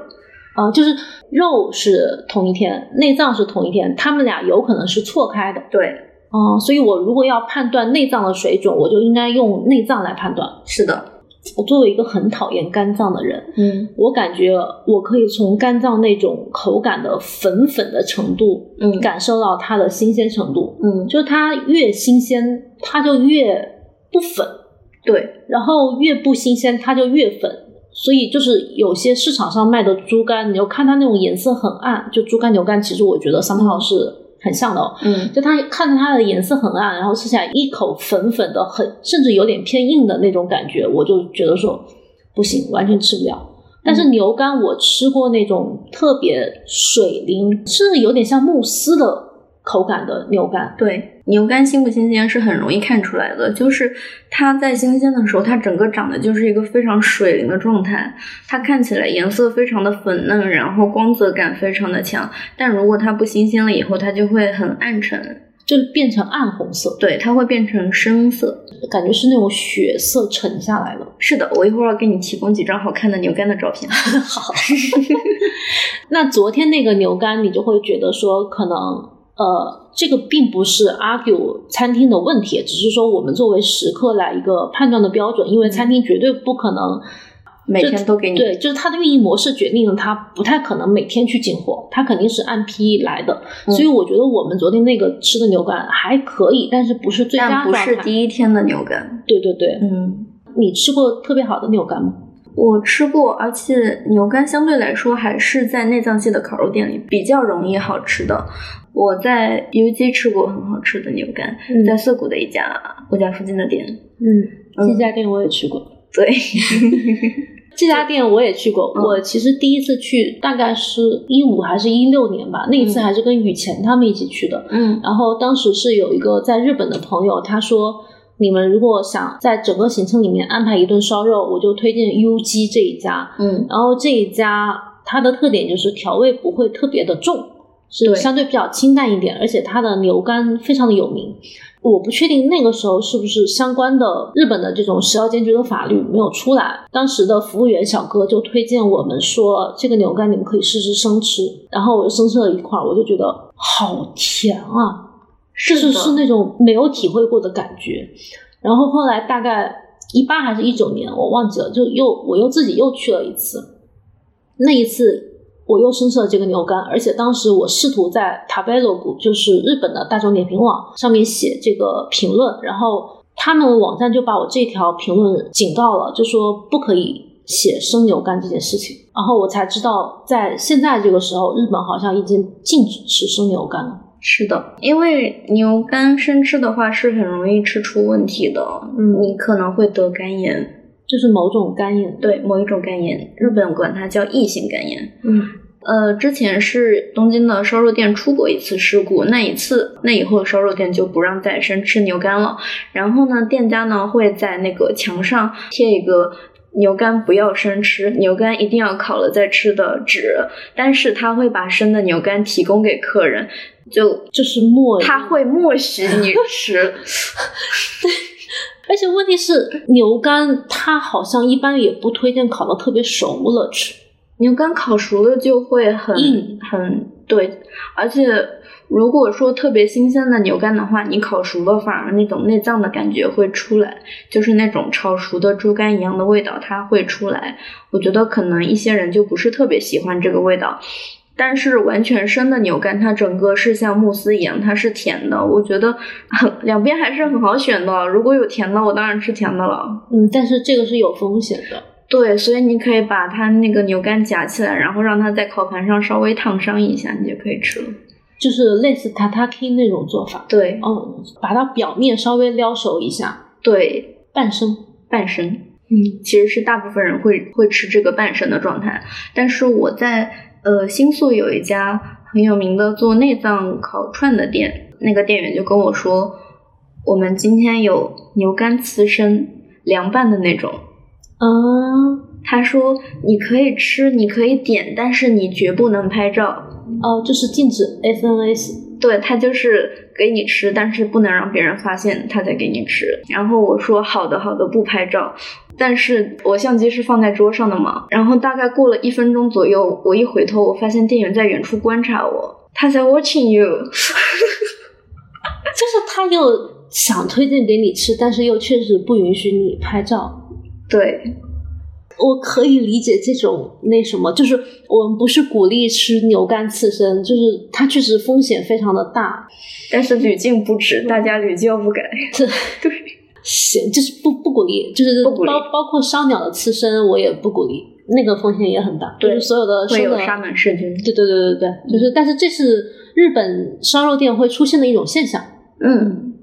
Speaker 1: 啊、就是肉是同一天，内脏是同一天，他们俩有可能是错开的。
Speaker 2: 对，
Speaker 1: 哦、所以我如果要判断内脏的水准，我就应该用内脏来判断。
Speaker 2: 是的，
Speaker 1: 我作为一个很讨厌肝脏的人，
Speaker 2: 嗯
Speaker 1: 我感觉我可以从肝脏那种口感的粉粉的程度，
Speaker 2: 嗯
Speaker 1: 感受到它的新鲜程度。
Speaker 2: 嗯，
Speaker 1: 就是它越新鲜，它就越不粉，
Speaker 2: 对，
Speaker 1: 然后越不新鲜它就越粉。所以就是有些市场上卖的猪肝，你就看它那种颜色很暗，就猪肝牛肝，其实我觉得 somehow 是很像的、哦。
Speaker 2: 嗯
Speaker 1: 就它看着它的颜色很暗，然后吃起来一口粉粉的很，甚至有点偏硬的那种感觉，我就觉得说不行，完全吃不了。但是牛肝我吃过那种特别水灵，甚至有点像慕斯的口感的牛肝，
Speaker 2: 对，牛肝新不新鲜是很容易看出来的，就是它在新鲜的时候，它整个长得就是一个非常水灵的状态，它看起来颜色非常的粉嫩，然后光泽感非常的强，但如果它不新鲜了以后，它就会很暗沉，
Speaker 1: 就变成暗红色，
Speaker 2: 对，它会变成深色。
Speaker 1: 感觉是那种血色沉下来的。
Speaker 2: 是的，我一会儿要给你提供几张好看的牛肝的照 片。
Speaker 1: 好，那昨天那个牛肝，你就会觉得说，可能呃，这个并不是 argue 餐厅的问题，只是说我们作为食客来一个判断的标准，因为餐厅绝对不可能
Speaker 2: 每天都给你
Speaker 1: 对，就是它的运营模式决定了它不太可能每天去进货，它肯定是按批来的。
Speaker 2: 嗯
Speaker 1: 所以我觉得我们昨天那个吃的牛肝还可以，但是不是最佳
Speaker 2: 但
Speaker 1: 状
Speaker 2: 不
Speaker 1: 态。
Speaker 2: 是第一天的牛肝。
Speaker 1: 对对对，
Speaker 2: 嗯，
Speaker 1: 你吃过特别好的牛肝吗？
Speaker 2: 我吃过，而且牛肝相对来说还是在内脏系的烤肉店里比较容易好吃的。我在 UG 吃过很好吃的牛肝，
Speaker 1: 嗯
Speaker 2: 在涩谷的一家我家附近的店。
Speaker 1: 嗯，这
Speaker 2: 嗯
Speaker 1: 家店我也吃过。
Speaker 2: 对，
Speaker 1: 这家店我也去过，
Speaker 2: 嗯
Speaker 1: 我其实第一次去大概是一五还是一六年吧，那一次
Speaker 2: 嗯
Speaker 1: 还是跟雨前他们一起去的。
Speaker 2: 嗯
Speaker 1: 然后当时是有一个在日本的朋友，他说。你们如果想在整个行程里面安排一顿烧肉，我就推荐 U G 这一家。
Speaker 2: 嗯
Speaker 1: 然后这一家它的特点就是调味不会特别的重，是
Speaker 2: 对
Speaker 1: 相对比较清淡一点，而且它的牛肝非常的有名。我不确定那个时候是不是相关的日本的这种食药监局的法律没有出来，当时的服务员小哥就推荐我们说这个牛肝你们可以试试生吃，然后我就生吃了一块儿，我就觉得好甜啊，就是
Speaker 2: 的
Speaker 1: 是那种没有体会过的感觉。然后后来大概一八还是一九年，我忘记了，就又我又自己又去了一次，那一次。我又生吃了这个牛肝，而且当时我试图在 Tabelog，就是日本的大众点评网上面写这个评论，然后他们网站就把我这条评论警告了，就说不可以写生牛肝这件事情。然后我才知道，在现在这个时候，日本好像已经禁止吃生牛肝了。
Speaker 2: 是的，因为牛肝生吃的话是很容易吃出问题的，
Speaker 1: 嗯
Speaker 2: 你可能会得肝炎，
Speaker 1: 就是某种干眼。
Speaker 2: 对，某一种肝炎，日本管它叫异型肝炎。
Speaker 1: 嗯
Speaker 2: 呃，之前是东京的烧肉店出过一次事故，那一次那以后烧肉店就不让再生吃牛肝了。然后呢，店家呢会在那个墙上贴一个。牛肝不要生吃，牛肝一定要烤了再吃的纸，但是他会把生的牛肝提供给客人，就
Speaker 1: 就是墨鱼。
Speaker 2: 他会默许你吃，
Speaker 1: 而且问题是，牛肝它好像一般也不推荐烤的特别熟了吃。
Speaker 2: 牛肝烤熟了就会很
Speaker 1: 硬
Speaker 2: 很对，而且如果说特别新鲜的牛肝的话，你烤熟了反而那种内脏的感觉会出来，就是那种炒熟的猪肝一样的味道，它会出来。我觉得可能一些人就不是特别喜欢这个味道。但是完全生的牛肝，它整个是像慕斯一样，它是甜的。我觉得 两边还是很好选的。如果有甜的，我当然吃甜的了。
Speaker 1: 嗯，但是这个是有风险的。
Speaker 2: 对，所以你可以把它那个牛肝夹起来，然后让它在烤盘上稍微烫伤一下，你就可以吃了。
Speaker 1: 就是类似 tataki 那种做法，
Speaker 2: 对
Speaker 1: 嗯，把它表面稍微撩熟一下，
Speaker 2: 对，
Speaker 1: 半生，
Speaker 2: 半生
Speaker 1: 嗯
Speaker 2: 其实是大部分人会会吃这个半生的状态。但是我在呃新宿有一家很有名的做内脏烤串的店，那个店员就跟我说，我们今天有牛肝刺身，凉拌的那种，
Speaker 1: 啊，
Speaker 2: 他说你可以吃，你可以点，但是你绝不能拍照。
Speaker 1: 哦，就是禁止 SNS，
Speaker 2: 对他就是给你吃，但是不能让别人发现他在给你吃。然后我说好的好的，不拍照。但是我相机是放在桌上的嘛，然后大概过了一分钟左右，我一回头，我发现店员在远处观察我，他在 watching you。
Speaker 1: 就是他又想推荐给你吃，但是又确实不允许你拍照，
Speaker 2: 对
Speaker 1: 我可以理解这种那什么，就是我们不是鼓励吃牛肝刺身，就是它确实风险非常的大。
Speaker 2: 但是屡禁不止，大家屡教不改。
Speaker 1: 行，就是不不鼓励，就是
Speaker 2: 不鼓励
Speaker 1: 包包括烧鸟的刺身，我也不鼓励，那个风险也很大。
Speaker 2: 对
Speaker 1: 嗯就是所有的
Speaker 2: 会
Speaker 1: 生
Speaker 2: 有嗯
Speaker 1: 的，
Speaker 2: 沙门氏菌。
Speaker 1: 对对对对对，就是，但是这是日本烧肉店会出现的一种现象。
Speaker 2: 嗯，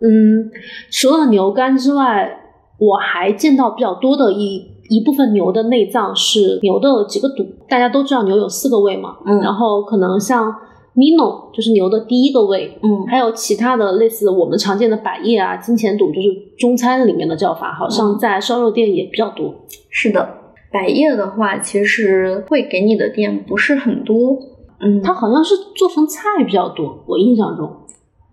Speaker 1: 嗯，除了牛肝之外，我还见到比较多的一一部分牛的内脏是牛的几个肚。大家都知道牛有四个胃嘛，
Speaker 2: 嗯
Speaker 1: 然后可能像 mino 就是牛的第一个胃，
Speaker 2: 嗯
Speaker 1: 还有其他的类似我们常见的百叶啊、金钱肚，就是中餐里面的叫法，好像
Speaker 2: 嗯
Speaker 1: 在烧肉店也比较多。
Speaker 2: 是的。百叶的话，其实会给你的店不是很多。嗯，
Speaker 1: 它好像是做成菜比较多，我印象中。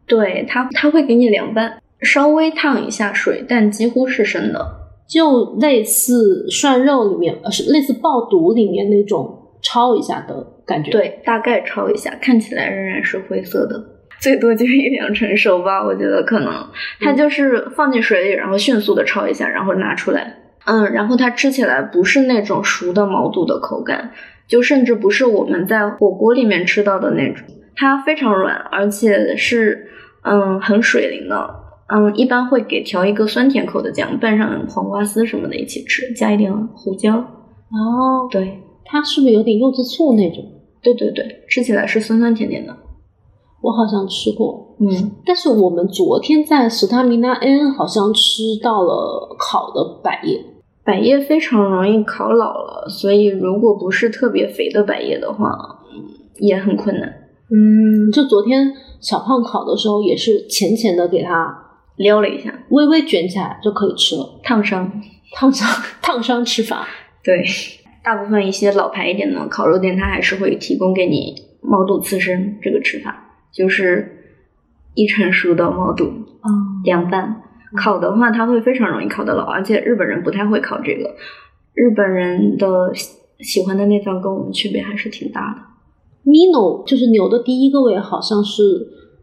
Speaker 2: 对它，它会给你凉拌，稍微烫一下水，但几乎是生的。
Speaker 1: 就类似涮肉里面，呃，是类似爆肚里面那种焯一下的感觉。，
Speaker 2: 对，大概焯一下，看起来仍然是灰色的，最多就一两成熟吧。我觉得可能它就是放进水里，然后迅速的焯一下，然后拿出来。嗯，然后它吃起来不是那种熟的毛肚的口感，就甚至不是我们在火锅里面吃到的那种，它非常软，而且是嗯很水灵的。嗯，一般会给调一个酸甜口的酱，拌上黄瓜丝什么的一起吃，加一点胡椒。
Speaker 1: 哦，
Speaker 2: 对，
Speaker 1: 它是不是有点柚子醋那种？
Speaker 2: 对对对，吃起来是酸酸甜甜的。
Speaker 1: 我好像吃过，
Speaker 2: 嗯，
Speaker 1: 但是我们昨天在史塔米纳恩好像吃到了烤的百叶，
Speaker 2: 百叶非常容易烤老了，所以如果不是特别肥的百叶的话，嗯也很困难。
Speaker 1: 嗯，就昨天小胖烤的时候，也是浅浅的给它
Speaker 2: 撩了一下，
Speaker 1: 微微卷起来就可以吃了。
Speaker 2: 烫伤。
Speaker 1: 烫伤，烫伤吃法。
Speaker 2: 对，大部分一些老牌一点的烤肉店，它还是会提供给你毛肚刺身这个吃法，就是一成熟的毛肚
Speaker 1: 啊、
Speaker 2: 凉拌。烤的话，它会非常容易烤得老，而且日本人不太会烤这个。日本人的喜喜欢的内脏跟我们区别还是挺大的。
Speaker 1: m i n o 就是牛的第一个味，好像是，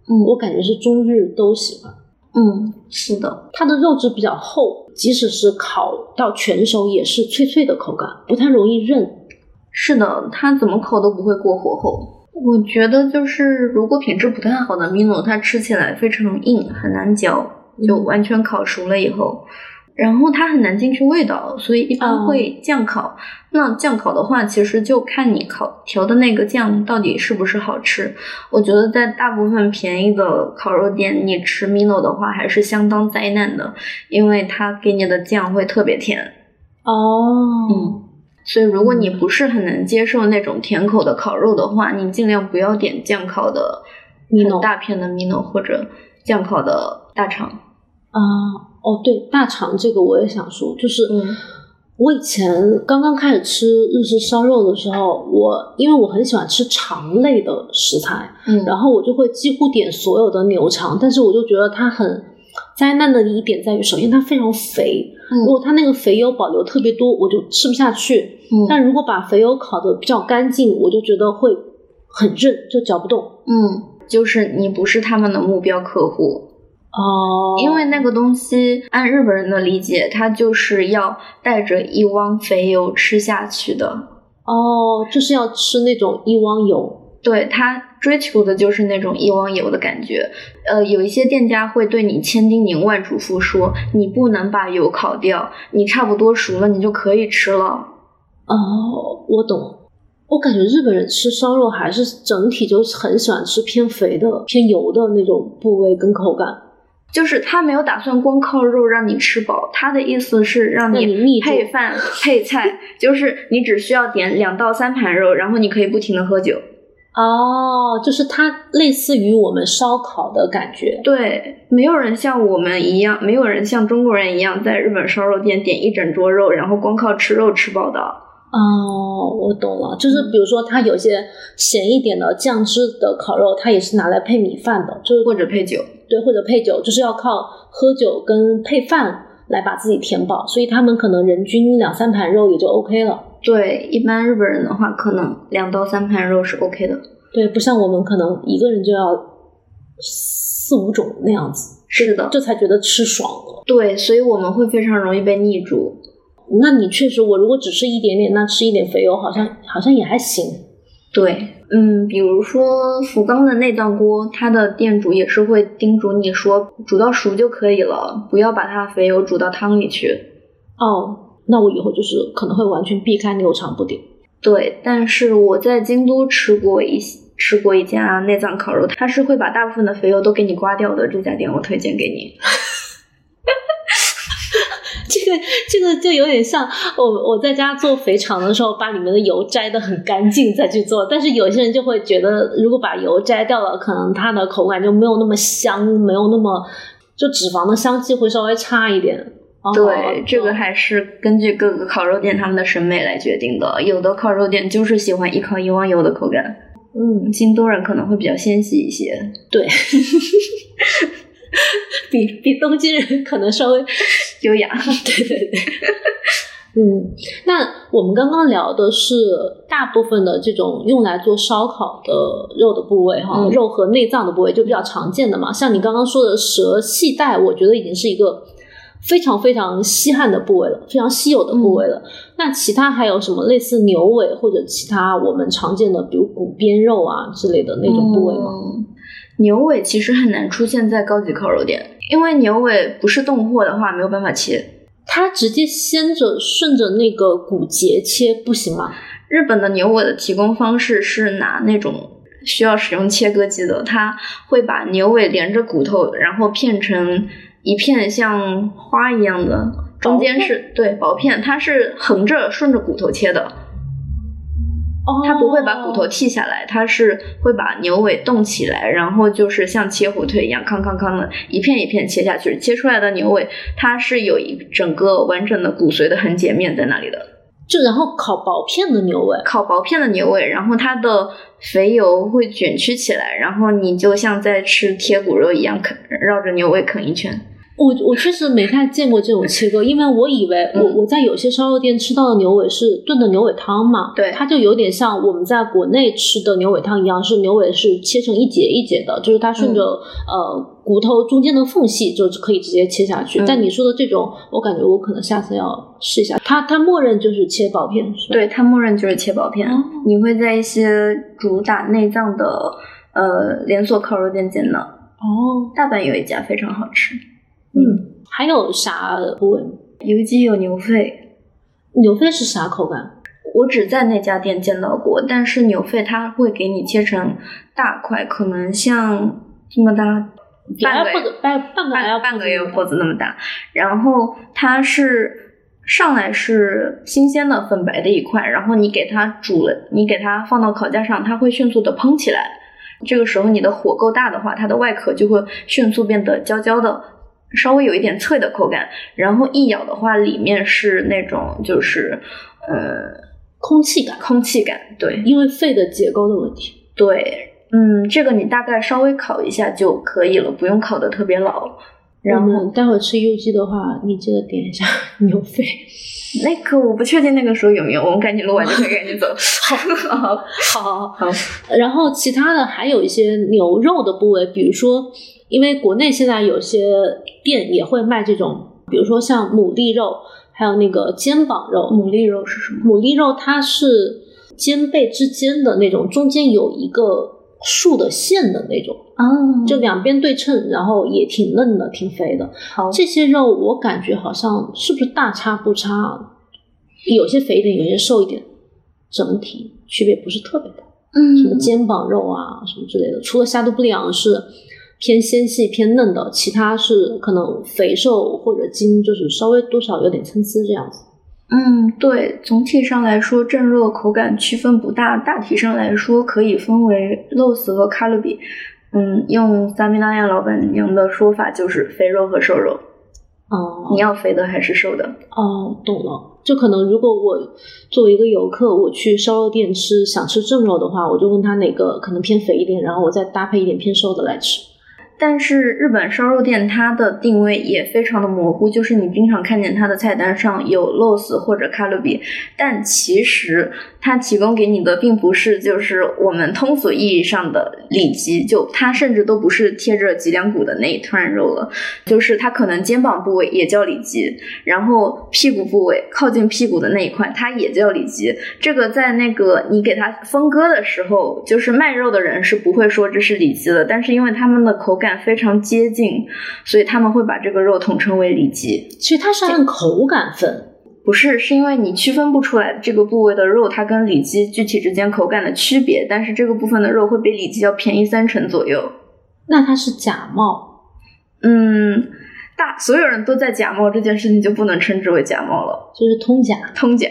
Speaker 2: 嗯
Speaker 1: 我感觉是中日都喜欢。
Speaker 2: 嗯，是的，
Speaker 1: 它的肉质比较厚，即使是烤到全熟，也是脆脆的口感，不太容易韧。
Speaker 2: 是的，它怎么烤都不会过火候。我觉得就是如果品质不太好的米诺，它吃起来非常硬，很难嚼，就
Speaker 1: 嗯
Speaker 2: 完全烤熟了以后。然后它很难进去味道，所以一般会酱烤。那酱烤的话，其实就看你烤调的那个酱到底是不是好吃。我觉得在大部分便宜的烤肉店，你吃米诺的话还是相当灾难的，因为它给你的酱会特别甜。
Speaker 1: 哦
Speaker 2: 嗯，所以如果你不是很能接受那种甜口的烤肉的话，你尽量不要点酱烤的
Speaker 1: 米诺
Speaker 2: 很大片的米诺或者酱烤的大肠。
Speaker 1: 啊、哦，对，大肠这个我也想说，就是、
Speaker 2: 嗯
Speaker 1: 我以前刚刚开始吃日式烧肉的时候，我因为我很喜欢吃肠类的食材，
Speaker 2: 嗯
Speaker 1: 然后我就会几乎点所有的牛肠，但是我就觉得它很灾难的一点在于，首先它非常肥，
Speaker 2: 嗯
Speaker 1: 如果它那个肥油保留特别多，我就吃不下去。
Speaker 2: 嗯
Speaker 1: 但如果把肥油烤的比较干净，我就觉得会很韧，就嚼不动。
Speaker 2: 嗯，就是你不是他们的目标客户，
Speaker 1: 哦
Speaker 2: 因为那个东西，按日本人的理解，它就是要带着一汪肥油吃下去的。
Speaker 1: 哦，就是要吃那种一汪油。
Speaker 2: 对他追求的就是那种一汪油的感觉，呃，有一些店家会对你千叮咛万嘱咐说，你不能把油烤掉，你差不多熟了，你就可以吃了。
Speaker 1: 哦，我懂。我感觉日本人吃烧肉还是整体就很喜欢吃偏肥的、偏油的那种部位跟口感。
Speaker 2: 就是他没有打算光靠肉让你吃饱，他的意思是让
Speaker 1: 让你腻住
Speaker 2: 配饭配菜，就是你只需要点两到三盘肉，然后你可以不停的喝酒。
Speaker 1: 哦，就是它类似于我们烧烤的感觉。
Speaker 2: 对，没有人像我们一样，没有人像中国人一样在日本烧肉店点一整桌肉，然后光靠吃肉吃饱的。
Speaker 1: 哦，我懂了，就是比如说它有些咸一点的酱汁的烤肉，它也是拿来配米饭的，就是
Speaker 2: 或者配酒。
Speaker 1: 对，或者配酒，就是要靠喝酒跟配饭来把自己填饱，所以他们可能人均两三盘肉也就 OK 了。
Speaker 2: 对，一般日本人的话，可能两到三盘肉是 OK 的。
Speaker 1: 对，不像我们可能一个人就要四五种那样子，
Speaker 2: 是的，
Speaker 1: 这才觉得吃爽了。
Speaker 2: 对，所以我们会非常容易被腻住。
Speaker 1: 那你确实，我如果只吃一点点，那吃一点肥油好像好像也还行。
Speaker 2: 对，嗯，比如说福冈的内脏锅，它的店主也是会叮嘱你说，煮到熟就可以了，不要把它肥油煮到汤里去。
Speaker 1: 哦，那我以后就是可能会完全避开牛肠不点。
Speaker 2: 对，但是我在京都吃过一吃过一家内脏烤肉，它是会把大部分的肥油都给你刮掉的。这家店我推荐给你。
Speaker 1: 这个这个就有点像我我在家做肥肠的时候，把里面的油摘的很干净再去做。但是有些人就会觉得，如果把油摘掉了，可能它的口感就没有那么香，没有那么就脂肪的香气会稍微差一点。哦
Speaker 2: 对，这个还是根据各个烤肉店他们的审美来决定的。有的烤肉店就是喜欢一烤一汪油的口感，
Speaker 1: 嗯，
Speaker 2: 京都人可能会比较纤细一些。
Speaker 1: 对， 比 比东京人可能稍微
Speaker 2: 优雅，
Speaker 1: 对对对，嗯，那我们刚刚聊的是大部分的这种用来做烧烤的肉的部位哈，
Speaker 2: 嗯
Speaker 1: 肉和内脏的部位就比较常见的嘛。像你刚刚说的蛇系带，我觉得已经是一个非常非常稀罕的部位了，非常稀有的部位了。那其他还有什么类似牛尾或者其他我们常见的，比如骨边肉啊之类的那种部位吗？
Speaker 2: 嗯牛尾其实很难出现在高级烤肉店，因为牛尾不是冻货的话没有办法切。
Speaker 1: 它直接先着顺着那个骨节切不行吗？
Speaker 2: 日本的牛尾的提供方式是拿那种需要使用切割机的，它会把牛尾连着骨头，然后片成一片像花一样的中间是对薄片，它是横着顺着骨头切的，
Speaker 1: 哦，
Speaker 2: 它不会把骨头剔下来，它是会把牛尾冻起来，然后就是像切火腿一样，康康康的一片一片切下去，切出来的牛尾它是有一整个完整的骨髓的横截面在那里的。
Speaker 1: 就然后烤薄片的牛尾，
Speaker 2: 烤薄片的牛尾，然后它的肥油会卷曲起来，然后你就像在吃贴骨肉一样啃，绕着牛尾啃一圈。
Speaker 1: 我我确实没太见过这种切割，因为我以为我、
Speaker 2: 嗯
Speaker 1: 我在有些烧肉店吃到的牛尾是炖的牛尾汤嘛，
Speaker 2: 对
Speaker 1: 它就有点像我们在国内吃的牛尾汤一样，是牛尾是切成一节一节的，就是它顺着、
Speaker 2: 嗯
Speaker 1: 呃骨头中间的缝隙就可以直接切下去。
Speaker 2: 嗯
Speaker 1: 但你说的这种，我感觉我可能下次要试一下。它它默认就是切薄片，是吧？
Speaker 2: 对，它默认就是切薄片。
Speaker 1: 哦
Speaker 2: 你会在一些主打内脏的呃连锁烤肉店见到，
Speaker 1: 哦，
Speaker 2: 大阪有一家非常好吃，
Speaker 1: 嗯，还有啥部位吗？
Speaker 2: 有鸡有牛肺，
Speaker 1: 牛肺是啥口感？
Speaker 2: 我只在那家店见到过，但是牛肺它会给你切成大块，可能像这么大。
Speaker 1: 比
Speaker 2: 半
Speaker 1: 爱
Speaker 2: 个
Speaker 1: 脖子半半个还要
Speaker 2: 半半个
Speaker 1: 腰
Speaker 2: 月脖子那么大，然后它是上来是新鲜的粉白的一块，然后你给它煮了，你给它放到烤架上，它会迅速的蓬起来。这个时候你的火够大的话，它的外壳就会迅速变得焦焦的，稍微有一点脆的口感。然后一咬的话，里面是那种就是呃
Speaker 1: 空气感，
Speaker 2: 空气感，对
Speaker 1: 因为肺的结构的问题。
Speaker 2: 对。嗯，这个你大概稍微烤一下就可以了，不用烤的特别老。然
Speaker 1: 我
Speaker 2: 后
Speaker 1: 们待会儿吃 U G 的话，你记得点一下 牛肺。
Speaker 2: 那个我不确定那个时候有没有，我们赶紧录完就可以赶紧走。 好，
Speaker 1: 好，
Speaker 2: 好，
Speaker 1: 然后其他的还有一些牛肉的部位，比如说，因为国内现在有些店也会卖这种，比如说像牡蛎肉，还有那个肩膀肉。
Speaker 2: 牡蛎肉是什么？
Speaker 1: 牡蛎肉它是肩背之间的那种，中间有一个竖的线的那种，
Speaker 2: 哦
Speaker 1: 就两边对称，然后也挺嫩的，挺肥的。
Speaker 2: 好，
Speaker 1: 这些肉我感觉好像是不是大差不差啊，有些肥一点，有些瘦一点，整体区别不是特别大。什么
Speaker 2: 嗯
Speaker 1: 肩膀肉啊，什么之类的，除了下肚不良是偏纤细偏嫩的，其他是可能肥瘦或者筋就是稍微多少有点参差这样子。
Speaker 2: 嗯，对，总体上来说，正肉口感区分不大，大体上来说可以分为 los 和 c a l b i 嗯，用萨米拉亚老板娘的说法就是肥肉和瘦肉，
Speaker 1: 哦
Speaker 2: 你要肥的还是瘦的？
Speaker 1: 哦，懂了。就可能如果我作为一个游客，我去烧肉店吃想吃正肉的话，我就问他哪个可能偏肥一点，然后我再搭配一点偏瘦的来吃。
Speaker 2: 但是日本烧肉店它的定位也非常的模糊，就是你经常看见它的菜单上有 los 或者 c a l b i 但其实它提供给你的并不是就是我们通俗意义上的里脊，就它甚至都不是贴着脊梁骨的那一团肉了，就是它可能肩膀部位也叫里脊，然后屁股部位靠近屁股的那一块它也叫里脊，这个在那个你给它分割的时候，就是卖肉的人是不会说这是里脊的，但是因为它们的口感非常接近，所以他们会把这个肉统称为里脊。
Speaker 1: 其实它是按口感分。
Speaker 2: 不是，是因为你区分不出来这个部位的肉它跟里脊具体之间口感的区别，但是这个部分的肉会比里脊要便宜三成左右。
Speaker 1: 那它是假冒，
Speaker 2: 嗯，大所有人都在假冒这件事情就不能称之为假冒了，
Speaker 1: 就是通假。
Speaker 2: 通假。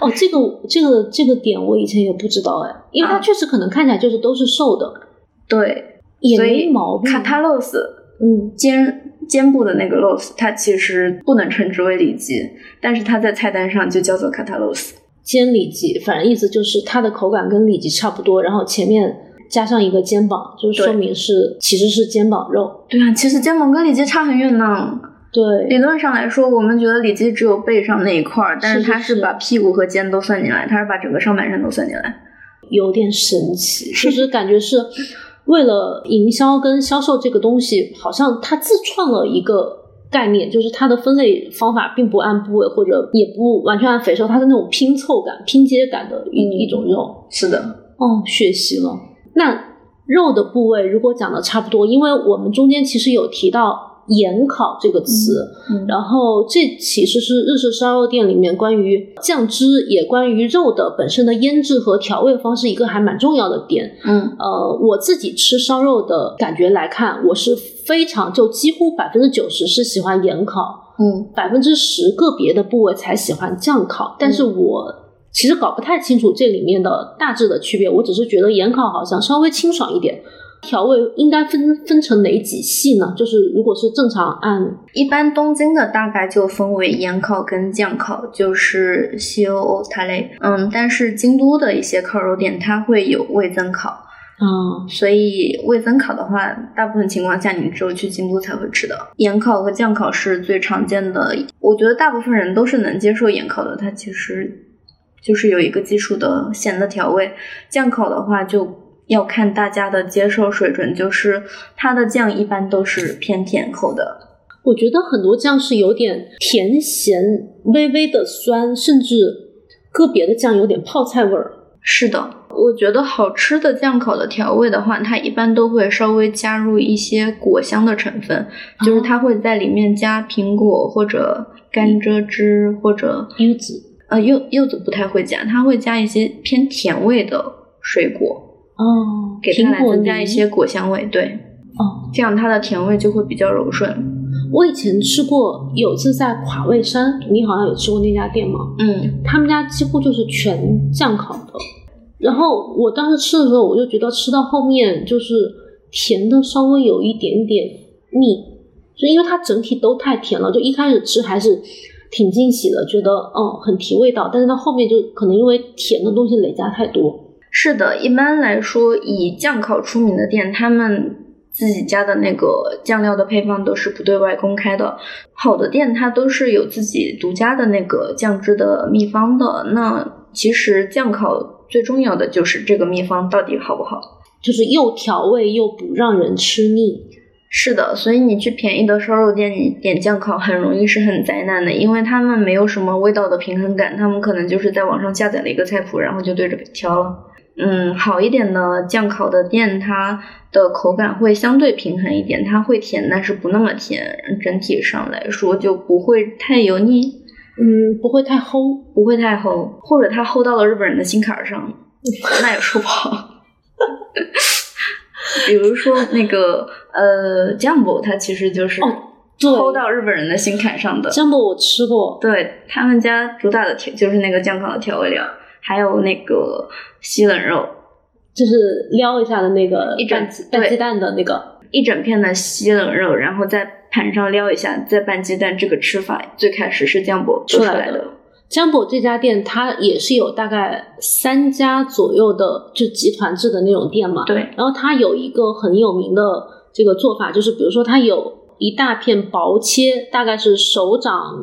Speaker 1: 哦，这个这个这个点我以前也不知道哎，因为它
Speaker 2: 啊
Speaker 1: 确实可能看起来就是都是瘦的，
Speaker 2: 对，
Speaker 1: 也
Speaker 2: 所
Speaker 1: 没
Speaker 2: 以
Speaker 1: 毛病。
Speaker 2: 卡塔洛斯
Speaker 1: 嗯，
Speaker 2: 肩肩部的那个 los，它其实不能称之为里脊，但是它在菜单上就叫做 catalos。
Speaker 1: 肩里脊，反正意思就是它的口感跟里脊差不多，然后前面加上一个肩膀，就是说
Speaker 2: 对
Speaker 1: 明是其实是肩膀肉。
Speaker 2: 对啊，其实肩膀跟里脊差很远呢。理
Speaker 1: 对，
Speaker 2: 论上来说，我们觉得里脊只有背上那一块儿，但
Speaker 1: 是
Speaker 2: 是
Speaker 1: 是
Speaker 2: 它是
Speaker 1: 是
Speaker 2: 把屁股和肩都算进来，它是把整个上半身都算进来。
Speaker 1: 有点神奇，就是感觉是为了营销跟销售这个东西，好像它自创了一个。概念就是它的分类方法并不按部位，或者也不完全按肥瘦，它是那种拼凑感、拼接感的一、
Speaker 2: 嗯
Speaker 1: 一种肉。
Speaker 2: 是的，
Speaker 1: 哦，学习了。那肉的部位如果讲的差不多，因为我们中间其实有提到“盐烤”这个词。
Speaker 2: 嗯
Speaker 1: 然后这其实是日式烧肉店里面关于酱汁，也关于肉的本身的腌制和调味方式一个还蛮重要的点。
Speaker 2: 嗯
Speaker 1: 呃，我自己吃烧肉的感觉来看，我是非常就几乎百分之九十是喜欢盐烤，
Speaker 2: 嗯
Speaker 1: 百分之十个别的部位才喜欢酱烤。但是我其实搞不太清楚这里面的大致的区别，我只是觉得盐烤好像稍微清爽一点。调味应该分分成哪几系呢？就是如果是正常按
Speaker 2: 一般东京的大概就分为盐烤跟酱烤，就是西欧欧它类。嗯，但是京都的一些烤肉店它会有味增烤，
Speaker 1: 啊、
Speaker 2: 所以味增烤的话，大部分情况下你只有去京都才会吃到。盐烤和酱烤是最常见的，我觉得大部分人都是能接受盐烤的，它其实就是有一个基础的咸的调味。酱烤的话就。要看大家的接受水准，就是它的酱一般都是偏甜口的，
Speaker 1: 我觉得很多酱是有点甜咸，微微的酸，甚至个别的酱有点泡菜味儿。
Speaker 2: 是的，我觉得好吃的酱烤的调味的话，它一般都会稍微加入一些果香的成分，就是
Speaker 1: 哦
Speaker 2: 它会在里面加苹果或者
Speaker 1: 嗯
Speaker 2: 甘蔗汁或者
Speaker 1: 柚子
Speaker 2: 呃柚柚子不太会加，它会加一些偏甜味的水果，
Speaker 1: 哦，
Speaker 2: 给它
Speaker 1: 苹
Speaker 2: 来
Speaker 1: 果
Speaker 2: 增加一
Speaker 1: 泥
Speaker 2: 些果香味，对，
Speaker 1: 哦。
Speaker 2: 这样它的甜味就会比较柔顺。
Speaker 1: 我以前吃过，有一次在垮味山，你好像有吃过那家店吗？
Speaker 2: 嗯
Speaker 1: 他们家几乎就是全酱烤的。然后我当时吃的时候，我就觉得吃到后面就是甜的稍微有一点点腻，就因为它整体都太甜了。就一开始吃还是挺惊喜的，觉得嗯很提味道，但是到后面就可能因为甜的东西累加太多。
Speaker 2: 是的，一般来说，以酱烤出名的店，他们自己家的那个酱料的配方都是不对外公开的。好的店，它都是有自己独家的那个酱汁的秘方的。那其实酱烤最重要的就是这个秘方到底好不好。
Speaker 1: 就是又调味又不让人吃腻，
Speaker 2: 是的，所以你去便宜的烧肉店，你点酱烤很容易是很灾难的，因为他们没有什么味道的平衡感，他们可能就是在网上下载了一个菜谱，然后就对着挑了。嗯，好一点的酱烤的店，它的口感会相对平衡一点，它会甜，但是不那么甜，整体上来说就不会太油腻，
Speaker 1: 嗯，不会太齁。
Speaker 2: 不会太齁，或者它齁到了日本人的心坎儿 上，那也说不好。比如说那个呃，Jumbo，它其实就是
Speaker 1: 哦对
Speaker 2: 齁到日本人的心坎上的。
Speaker 1: 姜博我吃过，
Speaker 2: 对他们家主打的调就是那个酱烤的调味料，还有那个西冷肉，
Speaker 1: 就是撩一下的那个
Speaker 2: 一整
Speaker 1: 拌鸡
Speaker 2: 对
Speaker 1: 拌鸡蛋的那个，
Speaker 2: 一整片的西冷肉，然后在盘上撩一下，再拌鸡蛋。这个吃法最开始是酱博做
Speaker 1: 出
Speaker 2: 出
Speaker 1: 来
Speaker 2: 来
Speaker 1: 的
Speaker 2: 的。
Speaker 1: 江博这家店，它也是有大概三家左右的，就集团制的那种店嘛。
Speaker 2: 对，
Speaker 1: 然后它有一个很有名的这个做法，就是比如说它有一大片薄切，大概是手掌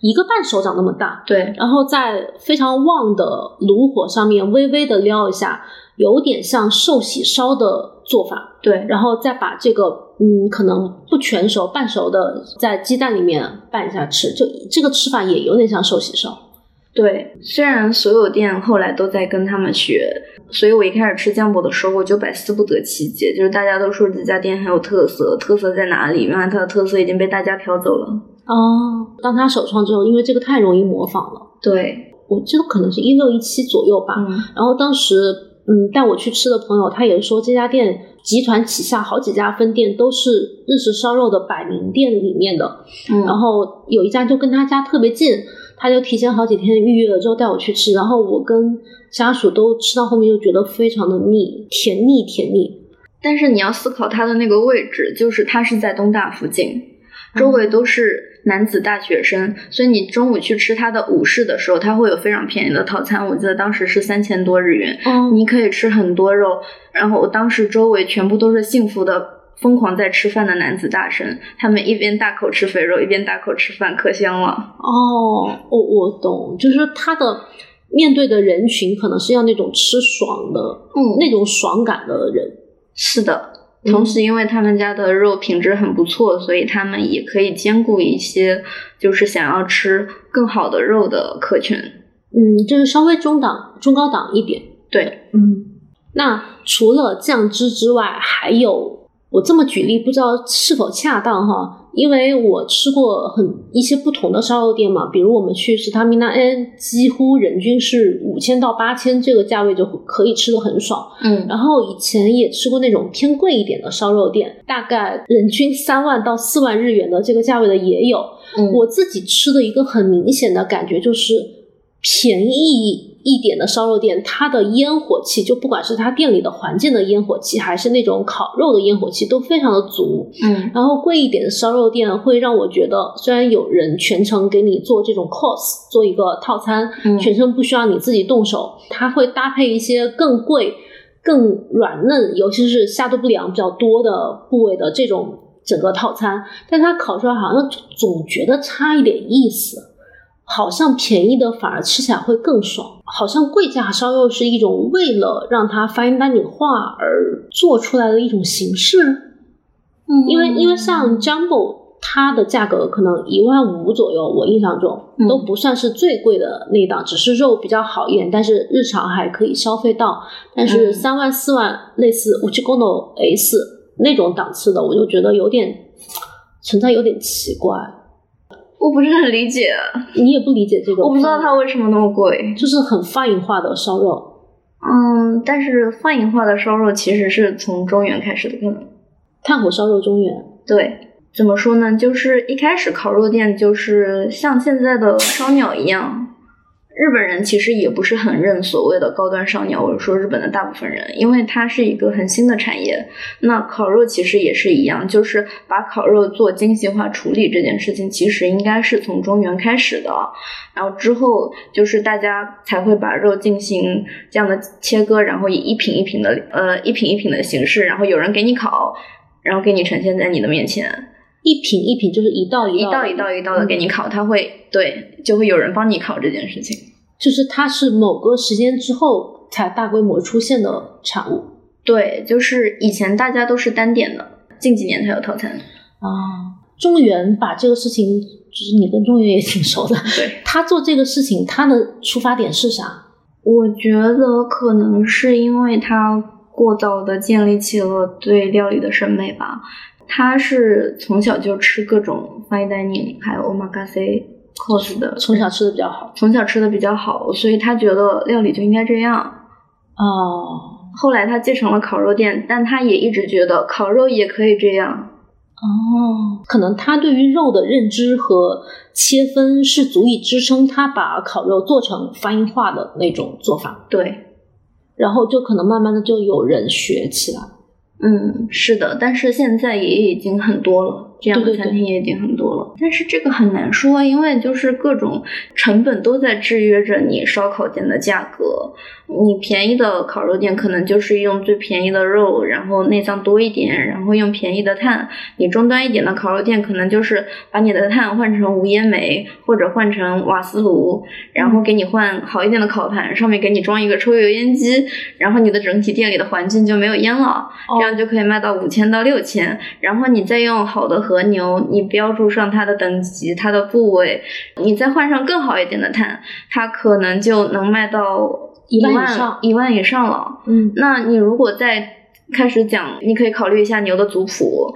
Speaker 1: 一个半手掌那么大，
Speaker 2: 对，
Speaker 1: 然后在非常旺的炉火上面微微的撩一下，有点像寿喜烧的做法。
Speaker 2: 对，
Speaker 1: 然后再把这个嗯，可能不全熟、半熟的在鸡蛋里面拌一下吃，就这个吃法也有点像寿喜烧。
Speaker 2: 对。虽然所有店后来都在跟他们学，所以我一开始吃酱博的时候，我就百思不得其解，就是大家都说这家店很有特色，特色在哪里？原来它的特色已经被大家飘走了。
Speaker 1: 哦，当他首创之后，因为这个太容易模仿了，
Speaker 2: 对，
Speaker 1: 我记得可能是一六一七左右吧。
Speaker 2: 嗯，
Speaker 1: 然后当时嗯，带我去吃的朋友，他也说这家店集团旗下好几家分店都是日式烧肉的百名店里面的，
Speaker 2: 嗯
Speaker 1: 然后有一家就跟他家特别近，他就提前好几天预约了之后带我去吃，然后我跟家属都吃到后面就觉得非常的腻，甜腻甜腻。
Speaker 2: 但是你要思考它的那个位置，就是它是在东大附近，周围都是男子大学生，所以你中午去吃它的午市的时候，它会有非常便宜的套餐，我记得当时是三千多日元，
Speaker 1: 哦
Speaker 2: 你可以吃很多肉。然后我当时周围全部都是幸福的。疯狂在吃饭的男子大神，他们一边大口吃肥肉，一边大口吃饭，可香了。
Speaker 1: 哦，我我懂，就是他的面对的人群可能是要那种吃爽的
Speaker 2: 嗯
Speaker 1: 那种爽感的人。
Speaker 2: 是的。
Speaker 1: 嗯
Speaker 2: 同时，因为他们家的肉品质很不错，所以他们也可以兼顾一些就是想要吃更好的肉的客群。
Speaker 1: 嗯，就是稍微中档、中高档一点。
Speaker 2: 对，
Speaker 1: 嗯，那除了酱汁之外，还有我这么举例不知道是否恰当哈，因为我吃过很一些不同的烧肉店嘛，比如我们去食堂米纳恩，几乎人均是五千到八千这个价位就可以吃的很爽。
Speaker 2: 嗯
Speaker 1: 然后以前也吃过那种偏贵一点的烧肉店，大概人均三万到四万日元的这个价位的也有。
Speaker 2: 嗯
Speaker 1: 我自己吃的一个很明显的感觉就是，便宜一点的烧肉店，它的烟火气，就不管是它店里的环境的烟火气，还是那种烤肉的烟火气，都非常的足。
Speaker 2: 嗯
Speaker 1: 然后贵一点的烧肉店会让我觉得，虽然有人全程给你做这种 course，做一个套餐，
Speaker 2: 嗯
Speaker 1: 全程不需要你自己动手，它会搭配一些更贵、更软嫩，尤其是下肚不良比较多的部位的这种整个套餐，但它烤出来好像总觉得差一点意思。好像便宜的反而吃起来会更爽，好像贵价烧肉是一种为了让它 fine dining 化而做出来的一种形式。
Speaker 2: 嗯
Speaker 1: 因为因为像 Jumbo 它的价格可能一万五左右，我印象中
Speaker 2: 嗯
Speaker 1: 都不算是最贵的那一档，只是肉比较好一点，但是日常还可以消费到。但是
Speaker 2: 嗯
Speaker 1: 三万四万类似 Uchikono S 那种档次的，我就觉得有点存在有点奇怪，
Speaker 2: 我不是很理解，
Speaker 1: 你也不理解这个，
Speaker 2: 我不知道它为什么那么贵。
Speaker 1: 就是很泛影化的烧肉。
Speaker 2: 嗯，但是泛影化的烧肉其实是从中原开始的，可能
Speaker 1: 炭火烧肉中原，
Speaker 2: 对。怎么说呢？就是一开始烤肉店就是像现在的烧鸟一样，日本人其实也不是很认所谓的高端烧鸟，或者说日本的大部分人，因为它是一个很新的产业。那烤肉其实也是一样，就是把烤肉做精细化处理这件事情，其实应该是从中原开始的。然后之后就是大家才会把肉进行这样的切割，然后以一品一品的呃一品一品的形式，然后有人给你烤，然后给你呈现在你的面前，
Speaker 1: 一品一品就是一道
Speaker 2: 一
Speaker 1: 一
Speaker 2: 道一道一道的给你烤，他会对就会有人帮你烤这件事情。
Speaker 1: 就是它是某个时间之后才大规模出现的产物
Speaker 2: 对，就是以前大家都是单点的，近几年才有套餐。
Speaker 1: 啊。中原把这个事情，就是你跟中原也挺熟的，
Speaker 2: 对，
Speaker 1: 他做这个事情，他的出发点是啥？
Speaker 2: 我觉得可能是因为他过早的建立起了对料理的审美吧。他是从小就吃各种 fine dining 还有 omakase cos 的，
Speaker 1: 从小吃的比较好
Speaker 2: 从小吃的比较好，所以他觉得料理就应该这样。
Speaker 1: 哦
Speaker 2: 后来他继承了烤肉店，但他也一直觉得烤肉也可以这样。
Speaker 1: 哦，可能他对于肉的认知和切分是足以支撑他把烤肉做成翻译化的那种做法，
Speaker 2: 对，
Speaker 1: 然后就可能慢慢的就有人学起来。
Speaker 2: 嗯，是的，但是现在也已经很多了，这样
Speaker 1: 对对
Speaker 2: 的
Speaker 1: 对
Speaker 2: 餐厅也已经很多了。但是这个很难说，因为就是各种成本都在制约着你烧烤店的价格。你便宜的烤肉店可能就是用最便宜的肉，然后内脏多一点，然后用便宜的碳。你中端一点的烤肉店可能就是把你的碳换成无烟煤或者换成瓦斯炉，然后给你换好一点的烤盘，上面给你装一个抽油烟机，然后你的整体店里的环境就没有烟了。
Speaker 1: 哦
Speaker 2: 这样就可以卖到五千到六千，然后你再用好的和牛，你标注上它的等级、它的部位，你再换上更好一点的碳，它可能就能卖到
Speaker 1: 一万
Speaker 2: 万
Speaker 1: 以上
Speaker 2: 一万以上了。
Speaker 1: 嗯
Speaker 2: 那你如果再开始讲，你可以考虑一下牛的族谱，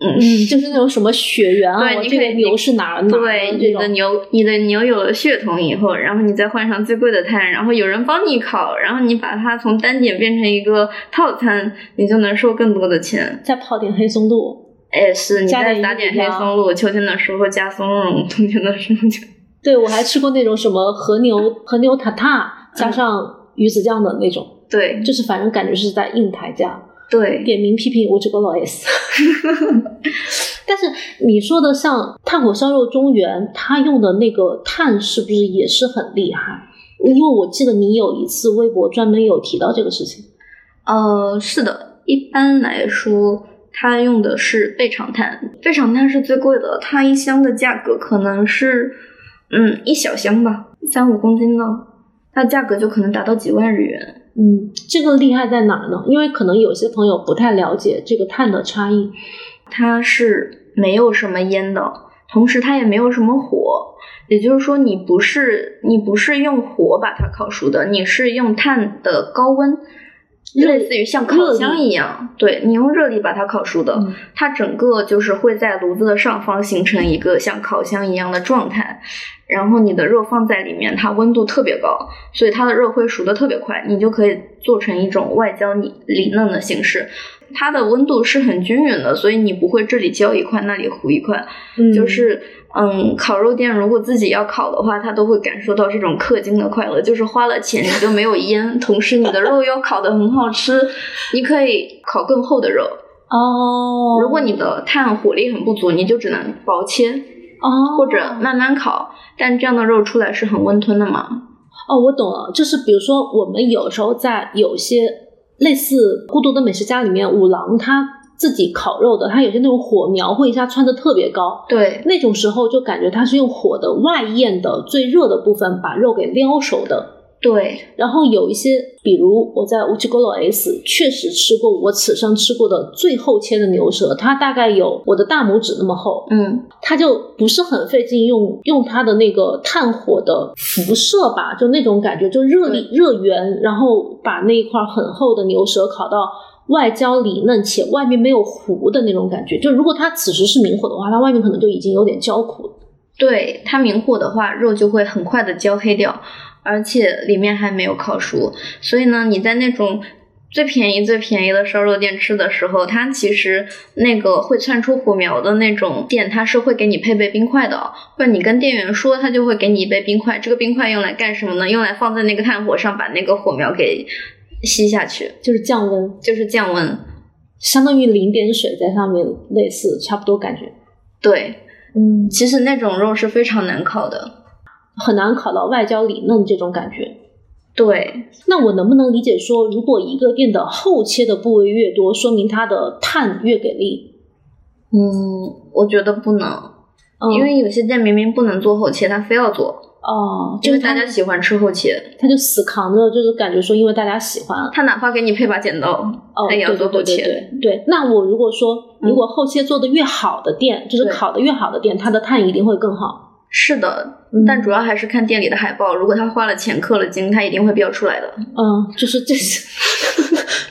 Speaker 2: 嗯
Speaker 1: 嗯，就是那种什么血缘啊，
Speaker 2: 对
Speaker 1: 我
Speaker 2: 你
Speaker 1: 这
Speaker 2: 可
Speaker 1: 个
Speaker 2: 以
Speaker 1: 牛是哪儿哪儿的
Speaker 2: 对，你
Speaker 1: 这
Speaker 2: 的
Speaker 1: 种。
Speaker 2: 牛，你的牛有了血统以后，然后你再换上最贵的碳，然后有人帮你烤，然后你把它从单点变成一个套餐，你就能收更多的钱。
Speaker 1: 再泡点黑松露，
Speaker 2: 哎，是你
Speaker 1: 加
Speaker 2: 再
Speaker 1: 点
Speaker 2: 打
Speaker 1: 鱼
Speaker 2: 点
Speaker 1: 皮
Speaker 2: 黑
Speaker 1: 条
Speaker 2: 松露，秋天的时候加松茸，冬天的时候加。
Speaker 1: 对我还吃过那种什么和牛和牛塔塔
Speaker 2: 嗯
Speaker 1: 加上鱼子酱的那种。
Speaker 2: 对
Speaker 1: 就是反正感觉是在硬抬价，
Speaker 2: 对，
Speaker 1: 点名批评我这个老 S。但是你说的像炭火烧肉中原，它用的那个炭是不是也是很厉害？因为我记得你有一次微博专门有提到这个事情。
Speaker 2: 呃，是的，一般来说。它用的是备长炭，备长炭是最贵的，它一箱的价格可能是，嗯，一小箱吧，三五公斤呢，它价格就可能达到几万日元。
Speaker 1: 嗯，这个厉害在哪儿呢？因为可能有些朋友不太了解这个碳的差异。
Speaker 2: 它是没有什么烟的，同时它也没有什么火，也就是说你不是你不是用火把它烤熟的，你是用碳的高温
Speaker 1: 热
Speaker 2: 类似于像烤箱一样，对你用热力把它烤熟的，
Speaker 1: 嗯
Speaker 2: 它整个就是会在炉子的上方形成一个像烤箱一样的状态。然后你的肉放在里面，它温度特别高，所以它的肉会熟得特别快，你就可以做成一种外焦里里嫩的形式。它的温度是很均匀的，所以你不会这里焦一块那里糊一块，
Speaker 1: 嗯
Speaker 2: 就是嗯，烤肉店如果自己要烤的话，他都会感受到这种氪金的快乐，就是花了钱你就没有烟，同时你的肉又烤得很好吃，你可以烤更厚的肉。
Speaker 1: 哦，
Speaker 2: 如果你的炭火力很不足，你就只能薄切
Speaker 1: 哦
Speaker 2: 或者慢慢烤，但这样的肉出来是很温吞的嘛。
Speaker 1: 哦，我懂了，就是比如说我们有时候在有些类似《孤独的美食家》里面，五郎他自己烤肉的，他有些那种火苗会一下窜得特别高，
Speaker 2: 对
Speaker 1: 那种时候就感觉他是用火的外焰的最热的部分把肉给撩熟的。
Speaker 2: 对，
Speaker 1: 然后有一些，比如我在乌鸡沟罗 S 确实吃过我此生吃过的最厚切的牛舌，它大概有我的大拇指那么厚，
Speaker 2: 嗯，
Speaker 1: 它就不是很费劲用，用它的那个炭火的辐射吧，就那种感觉，就热力热源，然后把那一块很厚的牛舌烤到外焦里嫩且外面没有糊的那种感觉。就如果它此时是明火的话，它外面可能就已经有点焦苦了。
Speaker 2: 对，它明火的话，肉就会很快的焦黑掉，而且里面还没有烤熟，所以呢，你在那种最便宜最便宜的烧肉店吃的时候，它其实那个会窜出火苗的那种店，它是会给你配备冰块的哦，或者你跟店员说，他就会给你一杯冰块。这个冰块用来干什么呢？用来放在那个炭火上，把那个火苗给吸下去，
Speaker 1: 就是降温，
Speaker 2: 就是降温。
Speaker 1: 相当于淋点水在上面，类似差不多感觉。
Speaker 2: 对，
Speaker 1: 嗯，
Speaker 2: 其实那种肉是非常难烤的。
Speaker 1: 很难烤到外焦里嫩这种感觉。
Speaker 2: 对，
Speaker 1: 那我能不能理解说，如果一个店的厚切的部位越多，说明它的碳越给力？
Speaker 2: 嗯，我觉得不能。
Speaker 1: 嗯、
Speaker 2: 因为有些店明明不能做后切，他非要做，
Speaker 1: 哦，
Speaker 2: 因
Speaker 1: 就
Speaker 2: 为
Speaker 1: 是
Speaker 2: 大
Speaker 1: 他
Speaker 2: 家喜欢吃后切，
Speaker 1: 他就死扛着，就是感觉说，因为大家喜欢，
Speaker 2: 他哪怕给你配把剪刀，
Speaker 1: 哦，
Speaker 2: 他也要
Speaker 1: 对
Speaker 2: 做
Speaker 1: 对
Speaker 2: 后
Speaker 1: 对对
Speaker 2: 切。
Speaker 1: 对对。那我如果说，
Speaker 2: 嗯
Speaker 1: 如果后切做的越好的店，就是
Speaker 2: 对
Speaker 1: 烤的越好的店，它的碳一定会更好。
Speaker 2: 是的，
Speaker 1: 嗯
Speaker 2: 但主要还是看店里的海报，如果他花了钱氪了金，他一定会标出来的。
Speaker 1: 嗯，就是这是，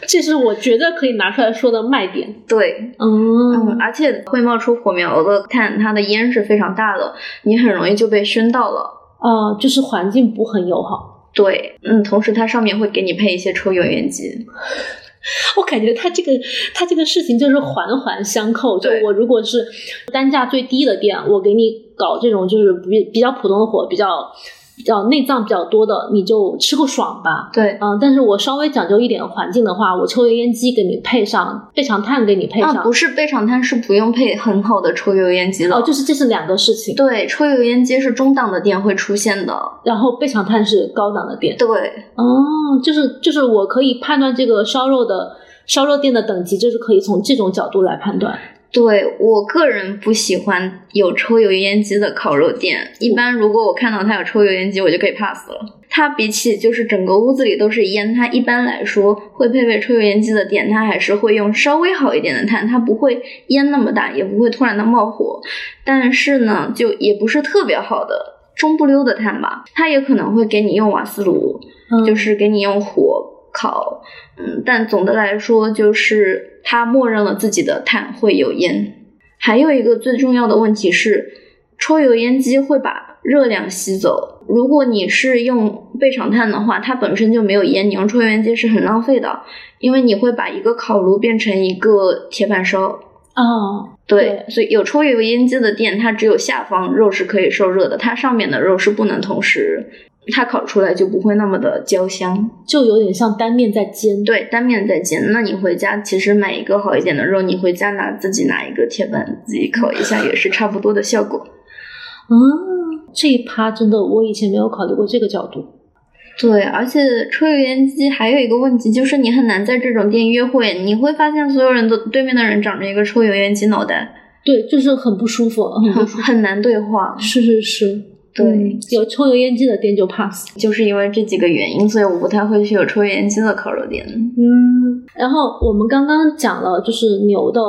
Speaker 1: 这是我觉得可以拿出来说的卖点。
Speaker 2: 对，
Speaker 1: 嗯
Speaker 2: 嗯，而且会冒出火苗的炭，它的烟是非常大的，你很容易就被熏到了。
Speaker 1: 啊、就是环境不很友好。
Speaker 2: 对，嗯，同时它上面会给你配一些抽油烟机。
Speaker 1: 我感觉它这个它这个事情就是环环相扣。就
Speaker 2: 对
Speaker 1: 我如果是单价最低的店，我给你搞这种就是比比较普通的火，比较比较内脏比较多的，你就吃个爽吧。
Speaker 2: 对，
Speaker 1: 嗯，但是我稍微讲究一点环境的话，我抽油烟机给你配上，备长炭给你配上，
Speaker 2: 啊，不是倍长炭是不用配很好的抽油烟机的。
Speaker 1: 哦，就是这是两个事情。
Speaker 2: 对，抽油烟机是中档的店会出现的。
Speaker 1: 然后备长炭是高档的店，
Speaker 2: 对，
Speaker 1: 哦，就是就是我可以判断这个烧肉的烧肉店的等级，就是可以从这种角度来判断。
Speaker 2: 对我个人不喜欢有抽油烟机的烤肉店。一般如果我看到它有抽油烟机，我就可以 pass 了。它比起就是整个屋子里都是烟，它一般来说会配备抽油烟机的店，它还是会用稍微好一点的炭，它不会烟那么大，也不会突然的冒火。但是呢，就也不是特别好的中不溜的炭吧，它也可能会给你用瓦斯炉，
Speaker 1: 嗯，
Speaker 2: 就是给你用火烤，嗯，但总的来说就是它默认了自己的碳会有烟。还有一个最重要的问题是，抽油烟机会把热量吸走。如果你是用倍长炭的话，它本身就没有烟，你用抽油烟机是很浪费的，因为你会把一个烤炉变成一个铁板烧。
Speaker 1: 哦，
Speaker 2: 对，所以有抽油烟机的店，它只有下方肉是可以受热的，它上面的肉是不能同时，它烤出来就不会那么的焦香。
Speaker 1: 就有点像单面在煎。，
Speaker 2: 对，单面再煎。那你回家其实买一个好一点的肉，你回家拿自己拿一个铁板自己烤一下，也是差不多的效果。
Speaker 1: 嗯，这一趴真的我以前没有考虑过这个角度。
Speaker 2: 对，而且抽油烟机还有一个问题，就是你很难在这种店约会，你会发现所有人都对面的人长着一个抽油烟机脑袋，
Speaker 1: 对，就是很不舒服。嗯
Speaker 2: 很很难对话。
Speaker 1: 是是是，
Speaker 2: 对
Speaker 1: 嗯有抽油烟机的店就 pass。
Speaker 2: 就是因为这几个原因，所以我不太会去有抽油烟机的烤肉店。
Speaker 1: 嗯，然后我们刚刚讲了，就是牛的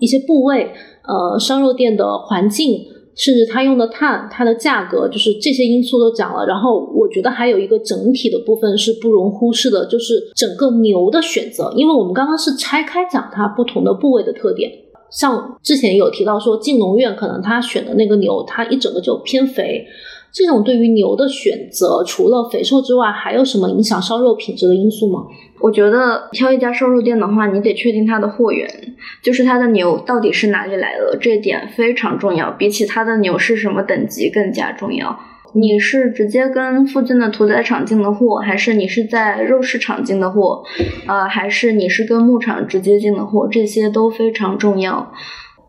Speaker 1: 一些部位，呃，烧肉店的环境。甚至它用的碳、它的价格，就是这些因素都讲了。然后我觉得还有一个整体的部分是不容忽视的，就是整个牛的选择，因为我们刚刚是拆开讲它不同的部位的特点。像之前有提到说，进农院可能他选的那个牛，它一整个就偏肥。这种对于牛的选择，除了肥瘦之外，还有什么影响烧肉品质的因素吗？
Speaker 2: 我觉得挑一家烧肉店的话，你得确定它的货源，就是它的牛到底是哪里来的，这点非常重要，比起它的牛是什么等级更加重要。你是直接跟附近的屠宰场进的货，还是你是在肉市场进的货，呃，还是你是跟牧场直接进的货，这些都非常重要。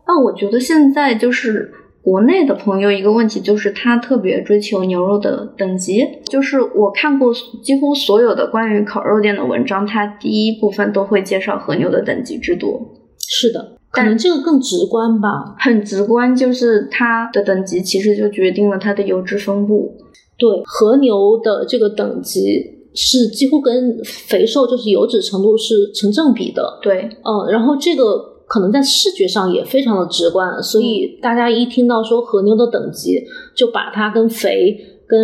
Speaker 2: 那我觉得现在就是国内的朋友一个问题，就是他特别追求牛肉的等级。就是我看过几乎所有的关于烤肉店的文章，它第一部分都会介绍和牛的等级制度。
Speaker 1: 是的，可能这个更直观吧。
Speaker 2: 很直观，就是它的等级其实就决定了它的油脂分布。
Speaker 1: 对，和牛的这个等级是几乎跟肥瘦就是油脂程度是成正比的。
Speaker 2: 对，
Speaker 1: 嗯，然后这个可能在视觉上也非常的直观，所以大家一听到说和牛的等级，就把它跟肥跟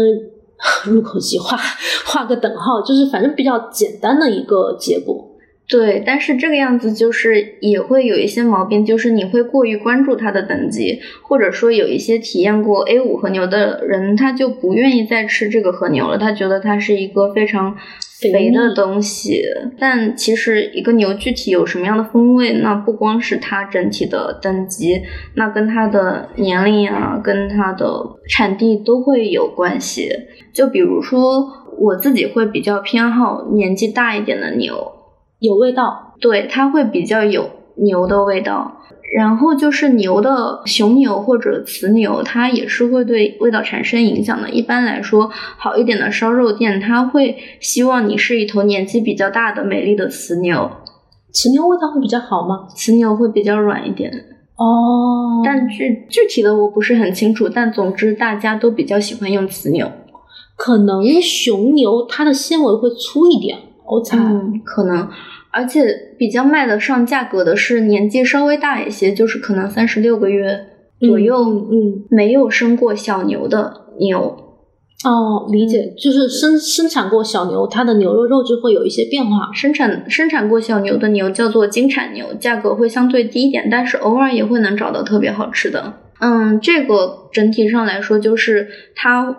Speaker 1: 入口即化画个等号，就是反正比较简单的一个结果。
Speaker 2: 对，但是这个样子就是也会有一些毛病，就是你会过于关注它的等级，或者说有一些体验过 A 五和牛的人，他就不愿意再吃这个和牛了，他觉得它是一个非常肥的东西。但其实一个牛具体有什么样的风味，那不光是它整体的等级，那跟它的年龄啊，跟它的产地都会有关系。就比如说我自己会比较偏好年纪大一点的牛。
Speaker 1: 有味道，
Speaker 2: 对，它会比较有牛的味道。然后就是牛的雄牛或者雌牛，它也是会对味道产生影响的。一般来说，好一点的烧肉店，它会希望你是一头年纪比较大的美丽的雌牛。
Speaker 1: 雌牛味道会比较好吗？
Speaker 2: 雌牛会比较软一点，
Speaker 1: 哦，
Speaker 2: 但具具体的我不是很清楚。但总之，大家都比较喜欢用雌牛。
Speaker 1: 可能雄牛它的纤维会粗一点，我猜。
Speaker 2: 嗯，可能，而且比较卖得上价格的是年纪稍微大一些，就是可能三十六个月左右，
Speaker 1: 嗯，
Speaker 2: 没有生过小牛的牛，
Speaker 1: 哦，理解，就是生生产过小牛，它的牛肉肉质会有一些变化。
Speaker 2: 生产生产过小牛的牛叫做金产牛，价格会相对低一点，但是偶尔也会能找到特别好吃的。嗯，这个整体上来说，就是它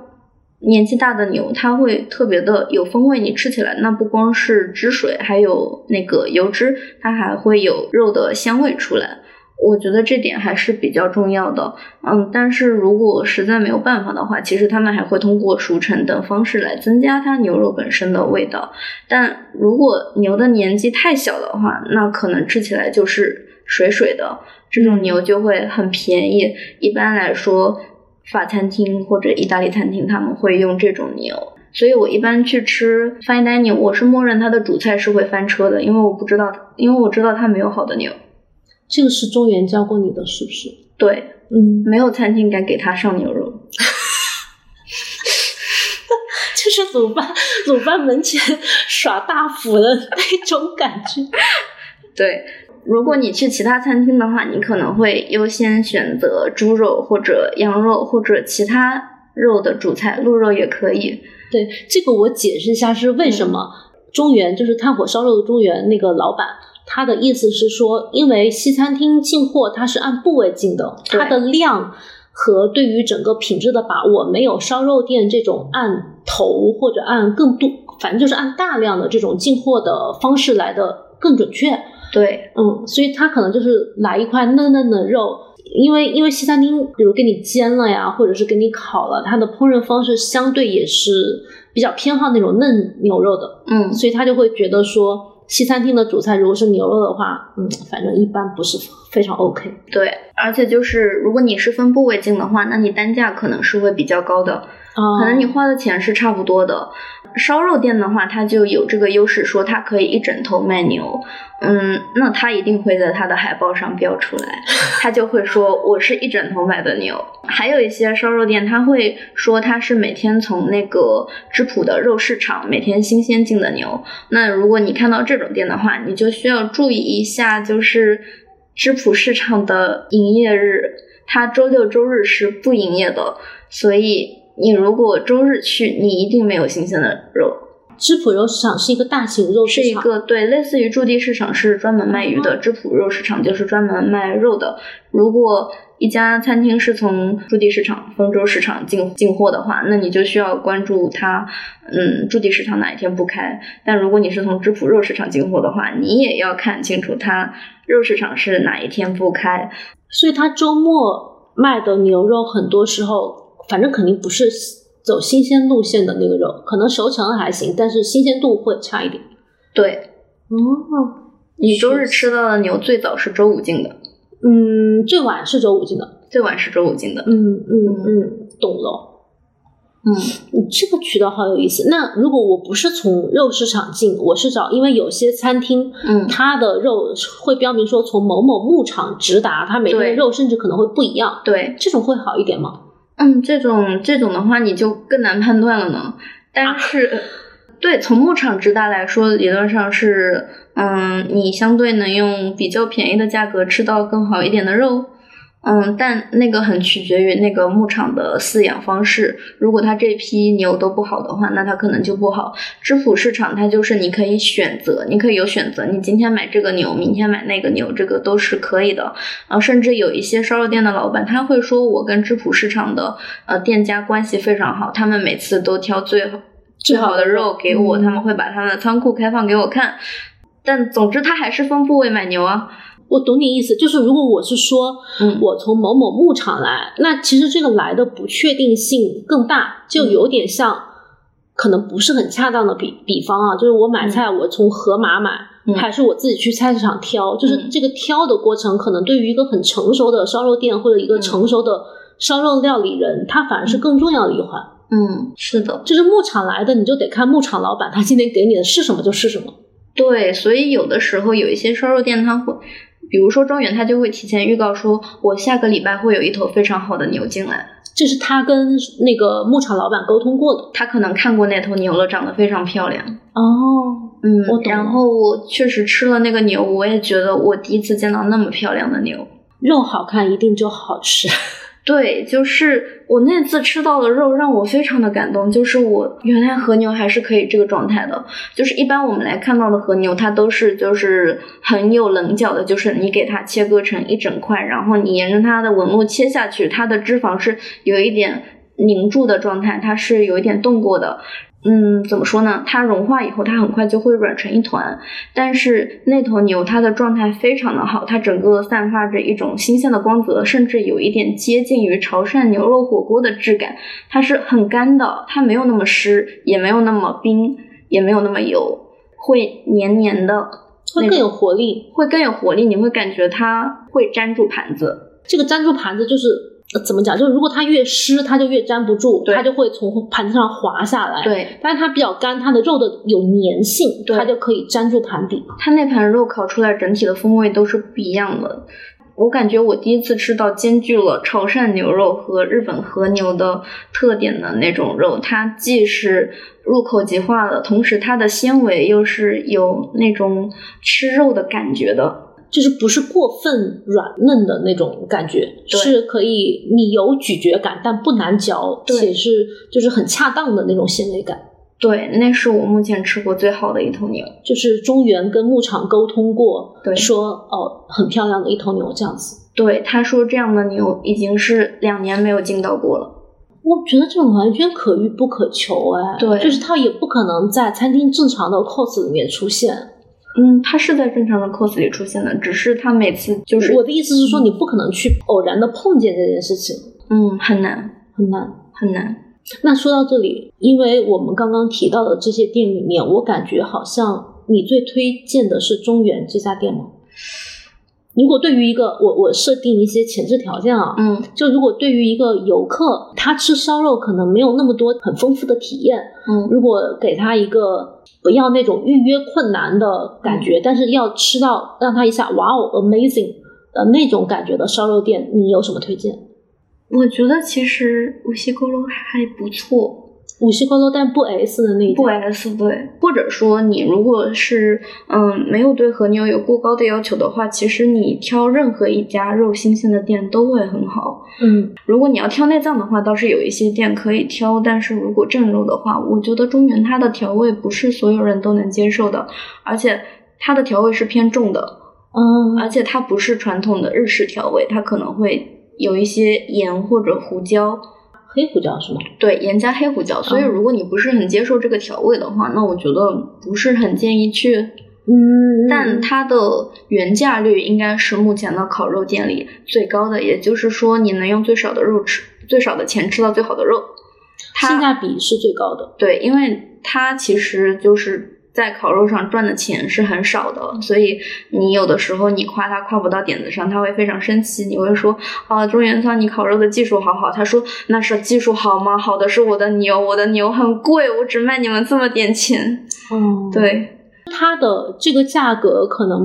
Speaker 2: 年纪大的牛，它会特别的有风味，你吃起来那不光是汁水，还有那个油脂，它还会有肉的香味出来。我觉得这点还是比较重要的，嗯，但是如果实在没有办法的话，其实他们还会通过熟成等方式来增加它牛肉本身的味道。但如果牛的年纪太小的话，那可能吃起来就是水水的，这种牛就会很便宜。一般来说，法餐厅或者意大利餐厅他们会用这种牛，所以我一般去吃 fine dining，我是默认它的主菜是会翻车的，因为我不知道，因为我知道它没有好的牛。
Speaker 1: 这个是中原教过你的，是不是？
Speaker 2: 对，
Speaker 1: 嗯，
Speaker 2: 没有餐厅敢给它上牛肉。
Speaker 1: 就是鲁班鲁班门前耍大斧的那种感觉。
Speaker 2: 对，如果你去其他餐厅的话，你可能会优先选择猪肉或者羊肉或者其他肉的主菜，鹿肉也可以。
Speaker 1: 对，这个我解释一下是为什么。中原就是炭火烧肉的中原那个老板，他的意思是说，因为西餐厅进货它是按部位进的，
Speaker 2: 对
Speaker 1: 它的量和对于整个品质的把握没有烧肉店这种按头或者按更多，反正就是按大量的这种进货的方式来的更准确。
Speaker 2: 对，
Speaker 1: 嗯，所以他可能就是来一块嫩嫩的肉，因为因为西餐厅，比如给你煎了呀，或者是给你烤了，它的烹饪方式相对也是比较偏好那种嫩牛肉的，
Speaker 2: 嗯，
Speaker 1: 所以他就会觉得说，西餐厅的主菜如果是牛肉的话，嗯，反正一般不是非常 OK。
Speaker 2: 对，而且就是如果你是分部位进的话，那你单价可能是会比较高的，
Speaker 1: 啊
Speaker 2: 可能你花的钱是差不多的。烧肉店的话，它就有这个优势，说它可以一整头卖牛，嗯，那它一定会在它的海报上标出来，它就会说我是一整头买的牛。还有一些烧肉店，它会说它是每天从那个质朴的肉市场每天新鲜进的牛。那如果你看到这种店的话，你就需要注意一下，就是质朴市场的营业日。它周六周日是不营业的，所以你如果周日去，你一定没有新鲜的肉。
Speaker 1: 质朴肉市场是一个大型肉市场，
Speaker 2: 是
Speaker 1: 嗯
Speaker 2: 一个对，类似于驻地市场是专门卖鱼的，质朴肉市场就是专门卖肉的。如果一家餐厅是从驻地市场、丰州市场进进货的话，那你就需要关注它，嗯，驻地市场哪一天不开。但如果你是从质朴肉市场进货的话，你也要看清楚它肉市场是哪一天不开。
Speaker 1: 所以它周末卖的牛肉很多时候，反正肯定不是走新鲜路线的那个肉，可能熟成还行，但是新鲜度会差一点。
Speaker 2: 对
Speaker 1: 哦，
Speaker 2: 你周日吃到的牛，最早是周五进的，
Speaker 1: 嗯，最晚是周五进的。
Speaker 2: 最晚是周五进的。
Speaker 1: 嗯嗯嗯，懂了。
Speaker 2: 嗯，
Speaker 1: 嗯，这个渠道好有意思。那如果我不是从肉市场进，我是找，因为有些餐厅，
Speaker 2: 嗯
Speaker 1: 它的肉会标明说从某某牧场直达，它每天的
Speaker 2: 对
Speaker 1: 肉甚至可能会不一样，
Speaker 2: 对。
Speaker 1: 这种会好一点吗？
Speaker 2: 嗯，这种这种的话，你就更难判断了呢。但是，对从牧场直达来说，理论上是，嗯，你相对能用比较便宜的价格吃到更好一点的肉。嗯，但那个很取决于那个牧场的饲养方式。如果它这批牛都不好的话，那它可能就不好。知府市场它就是你可以选择，你可以有选择，你今天买这个牛，明天买那个牛，这个都是可以的。然后甚至有一些烧肉店的老板，他会说我跟质朴市场的呃店家关系非常好，他们每次都挑最好最好的肉给我，
Speaker 1: 嗯
Speaker 2: 他们会把他们的仓库开放给我看。但总之，他还是分部位买牛啊。
Speaker 1: 我懂你意思，就是如果我是说，
Speaker 2: 嗯
Speaker 1: 我从某某牧场来，那其实这个来的不确定性更大，
Speaker 2: 嗯
Speaker 1: 就有点像，可能不是很恰当的比比方啊，就是我买菜，我从盒马买，
Speaker 2: 嗯
Speaker 1: 还是我自己去菜市场挑，就是
Speaker 2: 嗯
Speaker 1: 这个挑的过程，可能对于一个很成熟的烧肉店或者一个
Speaker 2: 嗯
Speaker 1: 成熟的烧肉料理人，他反而是更重要的一环。
Speaker 2: 嗯，是的，
Speaker 1: 就是牧场来的，你就得看牧场老板他今天给你的是什么就是什么。
Speaker 2: 对，所以有的时候有一些烧肉店，它会，比如说庄园，它就会提前预告说，我下个礼拜会有一头非常好的牛进来。
Speaker 1: 这是他跟那个牧场老板沟通过的
Speaker 2: 他可能看过那头牛了，长得非常漂亮。
Speaker 1: 哦，
Speaker 2: 嗯
Speaker 1: 我，懂
Speaker 2: 然
Speaker 1: 了
Speaker 2: 后我确实吃了那个牛，我也觉得我第一次见到那么漂亮的牛。
Speaker 1: 肉好看一定就好吃。
Speaker 2: 对，就是我那次吃到的肉让我非常的感动，就是我原来和牛还是可以这个状态的，就是一般我们来看到的和牛，它都是就是很有棱角的，就是你给它切割成一整块，然后你沿着它的纹路切下去，它的脂肪是有一点凝住的状态，它是有一点动过的。嗯，怎么说呢？它融化以后，它很快就会软成一团。但是那头牛它的状态非常的好，它整个散发着一种新鲜的光泽，甚至有一点接近于潮汕牛肉火锅的质感。它是很干的，它没有那么湿，也没有那么冰，也没有那么油，会黏黏的，
Speaker 1: 会更有活力。
Speaker 2: 会更有活力。你会感觉它会粘住盘子。
Speaker 1: 这个粘住盘子就是、呃怎么讲？就是如果它越湿，它就越粘不住，
Speaker 2: 对
Speaker 1: 它就会从盘子上滑下来。，
Speaker 2: 对，
Speaker 1: 但是它比较干，它的肉的有粘性，
Speaker 2: 对
Speaker 1: 它就可以粘住盘底。
Speaker 2: 它那盘肉烤出来整体的风味都是不一样的。我感觉我第一次吃到兼具了潮汕牛肉和日本和牛的特点的那种肉，它既是入口即化的，同时它的纤维又是有那种吃肉的感觉的。
Speaker 1: 就是不是过分软嫩的那种感觉，
Speaker 2: 对
Speaker 1: 是可以你有咀嚼感，但不难嚼，
Speaker 2: 对
Speaker 1: 且是就是很恰当的那种纤维感。
Speaker 2: 对，那是我目前吃过最好的一头牛。
Speaker 1: 就是中原跟牧场沟通过，
Speaker 2: 对
Speaker 1: 说哦很漂亮的一头牛这样子。
Speaker 2: 对，他说这样的牛已经是两年没有进到过了。
Speaker 1: 我觉得这种完全可遇不可求哎，
Speaker 2: 对
Speaker 1: 就是它也不可能在餐厅正常的 course 里面出现。
Speaker 2: 嗯，它是在正常的 cos 里出现的，只是它每次就是
Speaker 1: 我的意思是说，你不可能去偶然的碰见这件事情，
Speaker 2: 嗯很难
Speaker 1: 很难。
Speaker 2: 很难。
Speaker 1: 那说到这里，因为我们刚刚提到的这些店里面，我感觉好像你最推荐的是中原这家店吗？如果对于一个我我设定一些前置条件啊，
Speaker 2: 嗯，
Speaker 1: 就如果对于一个游客，他吃烧肉可能没有那么多很丰富的体验，
Speaker 2: 嗯
Speaker 1: 如果给他一个不要那种预约困难的感觉，但是要吃到让他一下哇哦 amazing 的那种感觉的烧肉店，你有什么推荐？
Speaker 2: 我觉得其实无锡锅楼还不错，
Speaker 1: 五十块多但不 S 的那
Speaker 2: 不
Speaker 1: 种。
Speaker 2: S 对，或者说你如果是嗯没有对和牛有过高的要求的话，其实你挑任何一家肉新鲜的店都会很好。
Speaker 1: 嗯，
Speaker 2: 如果你要挑内脏的话，倒是有一些店可以挑，但是如果正肉的话，我觉得中原它的调味不是所有人都能接受的，而且它的调味是偏重的，
Speaker 1: 嗯，
Speaker 2: 而且它不是传统的日式调味，它可能会有一些盐或者胡椒。
Speaker 1: 黑胡椒是吗？
Speaker 2: 对，盐加黑胡椒。所以如果你不是很接受这个调味的话，那我觉得不是很建议去。
Speaker 1: 嗯
Speaker 2: 但它的原价率应该是目前的烤肉店里最高的，也就是说你能用最少的肉吃最少的钱吃到最好的肉。
Speaker 1: 性
Speaker 2: 它
Speaker 1: 价比是最高的。
Speaker 2: 对，因为它其实就是在烤肉上赚的钱是很少的，所以你有的时候你夸他夸不到点子上，他会非常生气。你会说啊，中原仓你烤肉的技术好好，他说那是技术好吗？好的是我的牛，我的牛很贵，我只卖你们这么点钱。
Speaker 1: 哦，
Speaker 2: 对
Speaker 1: 它的这个价格可能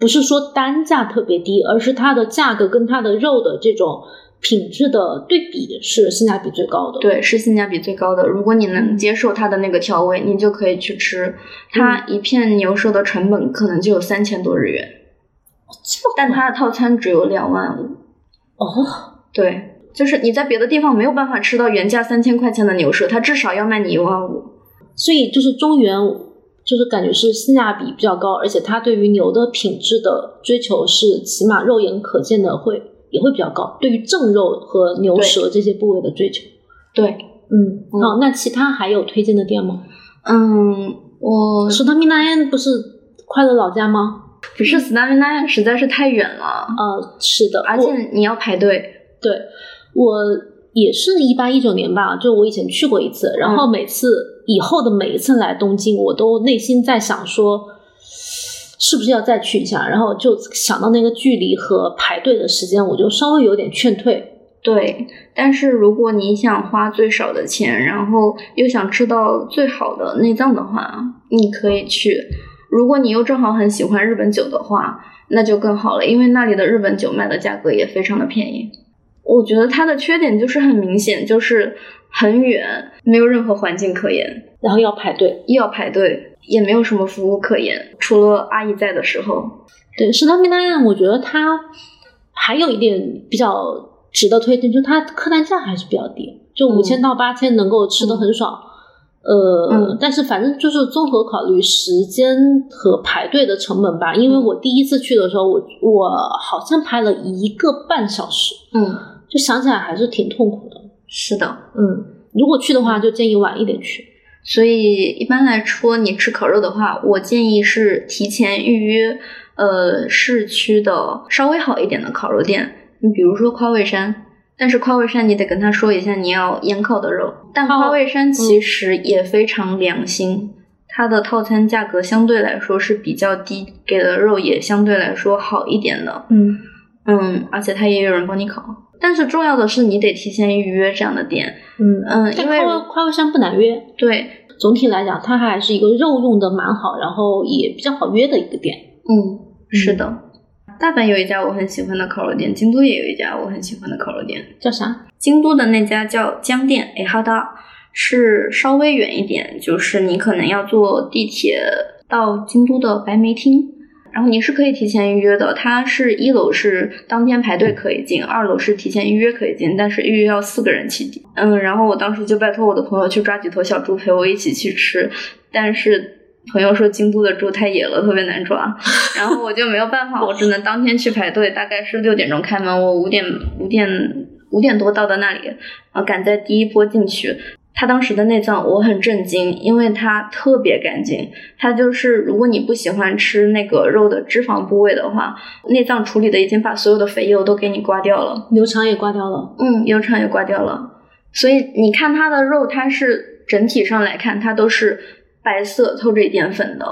Speaker 1: 不是说单价特别低，而是它的价格跟它的肉的这种品质的对比是性价比最高的。，
Speaker 2: 对，是性价比最高的。如果你能接受它的那个调味，你就可以去吃。它一片牛舌的成本可能就有三千多日元，
Speaker 1: 这么
Speaker 2: 但它的套餐只有两万五。
Speaker 1: 哦，
Speaker 2: 对，就是你在别的地方没有办法吃到原价三千块钱的牛舌，它至少要卖你一万五。
Speaker 1: 所以就是中原，就是感觉是性价比比较高，而且它对于牛的品质的追求是起码肉眼可见的会也会比较高，对于正肉和牛舌这些部位的追求。
Speaker 2: 对，
Speaker 1: 嗯，
Speaker 2: 嗯
Speaker 1: 好、那其他还有推荐的店吗？呃
Speaker 2: 嗯，我
Speaker 1: 舍他米南宴不是快乐老家吗？
Speaker 2: 不是 s t a m i n a 实在是太远了，
Speaker 1: 呃，是的，
Speaker 2: 而
Speaker 1: 我
Speaker 2: 且你要排队。
Speaker 1: 对我也是一八一九年吧，就我以前去过一次，然后每次、以后的每一次来东京，我都内心在想说，是不是要再去一下？然后就想到那个距离和排队的时间，我就稍微有点劝退。
Speaker 2: 对，但是如果你想花最少的钱，然后又想吃到最好的内脏的话，你可以去。如果你又正好很喜欢日本酒的话，那就更好了，因为那里的日本酒卖的价格也非常的便宜。我觉得它的缺点就是很明显，就是很远，没有任何环境可言，
Speaker 1: 然后要排队，
Speaker 2: 又要排队，也没有什么服务可言，除了阿姨在的时候。
Speaker 1: 对，食堂名单案，我觉得它还有一点比较值得推荐，就是它客单价还是比较低，就五千到八千能够吃的很爽。呃，
Speaker 2: 嗯
Speaker 1: 但是反正就是综合考虑时间和排队的成本吧。因
Speaker 2: 嗯
Speaker 1: 为我第一次去的时候，我我好像排了一个半小时，
Speaker 2: 嗯，
Speaker 1: 就想起来还是挺痛苦的。
Speaker 2: 是的。
Speaker 1: 嗯，如果去的话，就建议晚一点去。
Speaker 2: 所以一般来说，你吃烤肉的话，我建议是提前预约，呃，市区的稍微好一点的烤肉店，你比如说夸味山。但是夸味山你得跟他说一下你要腌烤的肉，但
Speaker 1: 夸
Speaker 2: 夸
Speaker 1: 味
Speaker 2: 味山其实也非常良心，它的套餐价格相对来说是比较低，给的肉也相对来说好一点的，
Speaker 1: 嗯，
Speaker 2: 嗯，而且它也有人帮你烤。但是重要的是你得提前预约这样的店，
Speaker 1: 嗯
Speaker 2: 嗯
Speaker 1: 但
Speaker 2: 因为
Speaker 1: 夸夸位山不难约。
Speaker 2: 对，
Speaker 1: 总体来讲，它还是一个肉用的蛮好，然后也比较好约的一个店。
Speaker 2: 嗯，是的。大阪有一家我很喜欢的烤肉店，京都也有一家我很喜欢的烤肉店。
Speaker 1: 叫啥？
Speaker 2: 京都的那家叫江店 A 哈达，是稍微远一点，就是你可能要坐地铁到京都的白梅厅，然后你是可以提前预约的。它是一楼是当天排队可以进，二楼是提前预约可以进，但是预约要四个人起订。嗯，然后我当时就拜托我的朋友去抓几头小猪陪我一起去吃，但是朋友说京都的猪太野了，特别难抓，然后我就没有办法，我只能当天去排队，大概是六点钟开门，我五点五点五点多到的那里，啊，赶在第一波进去。他当时的内脏我很震惊，因为它特别干净。它就是如果你不喜欢吃那个肉的脂肪部位的话，内脏处理的已经把所有的肥油都给你刮掉了。
Speaker 1: 牛肠也挂掉了。
Speaker 2: 嗯，油肠也刮掉了，所以你看它的肉，它是整体上来看，它都是白色透着一点粉的，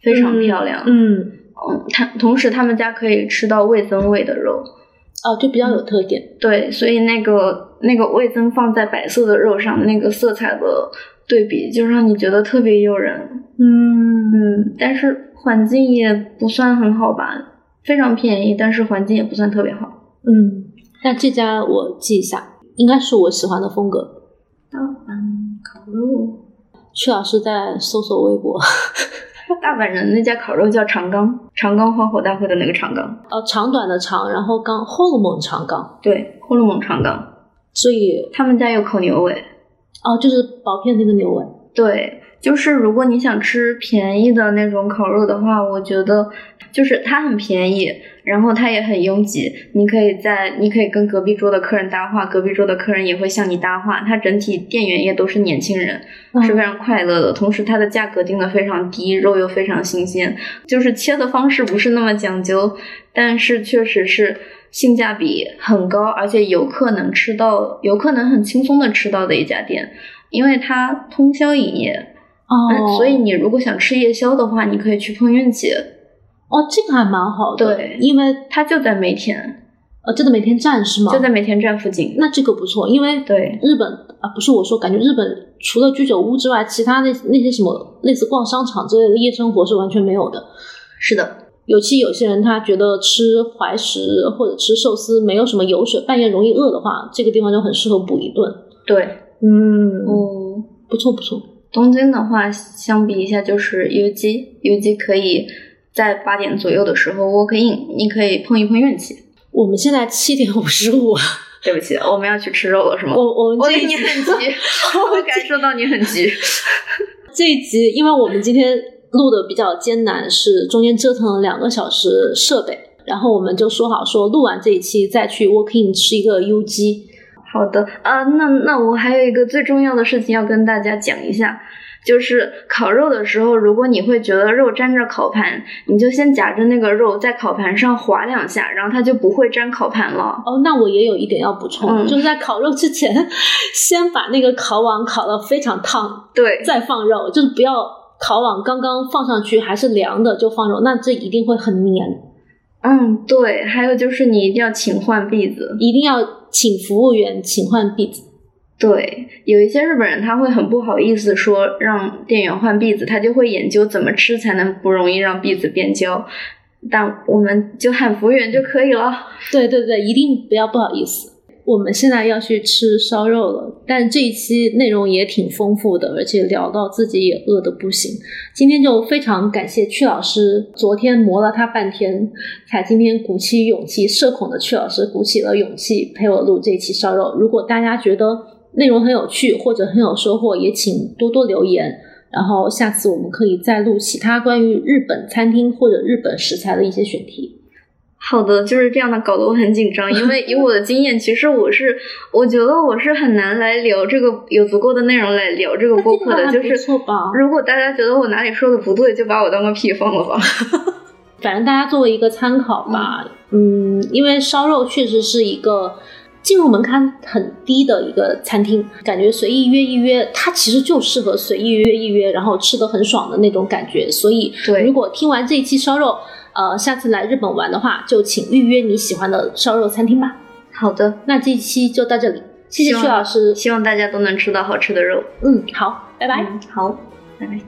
Speaker 2: 非常漂亮。
Speaker 1: 嗯，
Speaker 2: 嗯，它同时他们家可以吃到味增味的肉，
Speaker 1: 哦，就比较有特点。
Speaker 2: 对，所以那个那个味增放在白色的肉上，那个色彩的对比就让你觉得特别诱人。
Speaker 1: 嗯，
Speaker 2: 嗯，但是环境也不算很好吧，非常便宜，但是环境也不算特别好。
Speaker 1: 嗯，那这家我记一下，应该是我喜欢的风格。
Speaker 2: 大阪烤肉，
Speaker 1: 曲老师在搜索微博，
Speaker 2: 大阪人那家烤肉叫长冈，长冈花火大会的那个长冈，
Speaker 1: 呃，长短的长，然后刚 h o l m o n 长冈，
Speaker 2: 对，呼噜蒙长冈，
Speaker 1: 所以
Speaker 2: 他们家有烤牛尾，
Speaker 1: 哦、就是薄片那个牛尾，
Speaker 2: 对，就是如果你想吃便宜的那种烤肉的话，我觉得就是它很便宜，然后它也很拥挤。你可以在，你可以跟隔壁桌的客人搭话，隔壁桌的客人也会向你搭话。它整体店员也都是年轻人，是非常快乐的。同时，它的价格定的非常低，肉又非常新鲜，就是切的方式不是那么讲究，但是确实是。性价比很高，而且游客能吃到，游客能很轻松的吃到的一家店。因为它通宵营业，
Speaker 1: 哦、
Speaker 2: 嗯，所以你如果想吃夜宵的话，你可以去碰运气，
Speaker 1: 哦，这个还蛮好的，
Speaker 2: 对
Speaker 1: 因为
Speaker 2: 它就在梅田，
Speaker 1: 呃，这个每天站是吗？
Speaker 2: 就在梅田站附近。
Speaker 1: 那这个不错，因为
Speaker 2: 对
Speaker 1: 日本啊，不是我说，感觉日本除了居酒屋之外，其他那那些什么类似逛商场之类的夜生活是完全没有的。
Speaker 2: 是的，
Speaker 1: 尤其有些人他觉得吃怀石或者吃寿司没有什么油水，半夜容易饿的话，这个地方就很适合补一顿。
Speaker 2: 对，
Speaker 1: 嗯
Speaker 2: 嗯，
Speaker 1: 不错不错。
Speaker 2: 东京的话，相比一下就是 U G U G 可以在八点左右的时候 walk in，你可以碰一碰运气。
Speaker 1: 我们现在七点五十五，
Speaker 2: 对不起，我们要去吃肉了，是吗？
Speaker 1: 我我们
Speaker 2: 我
Speaker 1: 这一
Speaker 2: 你
Speaker 1: 集
Speaker 2: 很急，我感受到你很 急。
Speaker 1: 这一集，因为我们今天录的比较艰难，是中间折腾了两个小时设备，然后我们就说好说录完这一期再去 walk in 吃一个 U G。
Speaker 2: 好的，啊，那那我还有一个最重要的事情要跟大家讲一下，就是烤肉的时候，如果你会觉得肉粘着烤盘，你就先夹着那个肉在烤盘上划两下，然后它就不会粘烤盘了。
Speaker 1: 哦，那我也有一点要补充，
Speaker 2: 嗯
Speaker 1: 就是在烤肉之前， 先把那个烤网烤到非常烫，
Speaker 2: 对，
Speaker 1: 再放肉，就是不要烤网刚刚放上去还是凉的就放肉，那这一定会很黏，
Speaker 2: 嗯，对，还有就是你一定要勤换篦子。
Speaker 1: 一定要请服务员请换篦子。
Speaker 2: 对，有一些日本人他会很不好意思说让店员换篦子，他就会研究怎么吃才能不容易让篦子变焦，但我们就喊服务员就可以了。
Speaker 1: 对对对，一定不要不好意思。我们现在要去吃烧肉了，但这一期内容也挺丰富的，而且聊到自己也饿得不行。今天就非常感谢曲老师，昨天磨了他半天，才今天鼓起勇气，社恐的曲老师鼓起了勇气陪我录这期烧肉。如果大家觉得内容很有趣或者很有收获，也请多多留言。然后下次我们可以再录其他关于日本餐厅或者日本食材的一些选题。
Speaker 2: 好的，就是这样的，搞得我很紧张，因 为以我的经验，其实我是，我觉得我是很难来聊这个有足够的内容来聊这个播客的，
Speaker 1: 那这个还
Speaker 2: 就是
Speaker 1: 不错吧
Speaker 2: 如果大家觉得我哪里说的不对，就把我当个屁放了吧。
Speaker 1: 反正大家作为一个参考吧。嗯，因为烧肉确实是一个进入门槛很低的一个餐厅，感觉随意约一约，它其实就适合随意约一约，然后吃的很爽的那种感觉。所以，
Speaker 2: 对
Speaker 1: 如果听完这一期烧肉，呃，下次来日本玩的话，就请预约你喜欢的烧肉餐厅吧。
Speaker 2: 好的，
Speaker 1: 那这一期就到这里，谢谢
Speaker 2: 希望
Speaker 1: 曲老师。
Speaker 2: 希望大家都能吃到好吃的肉。
Speaker 1: 嗯，好，拜拜。
Speaker 2: 嗯，好，拜拜。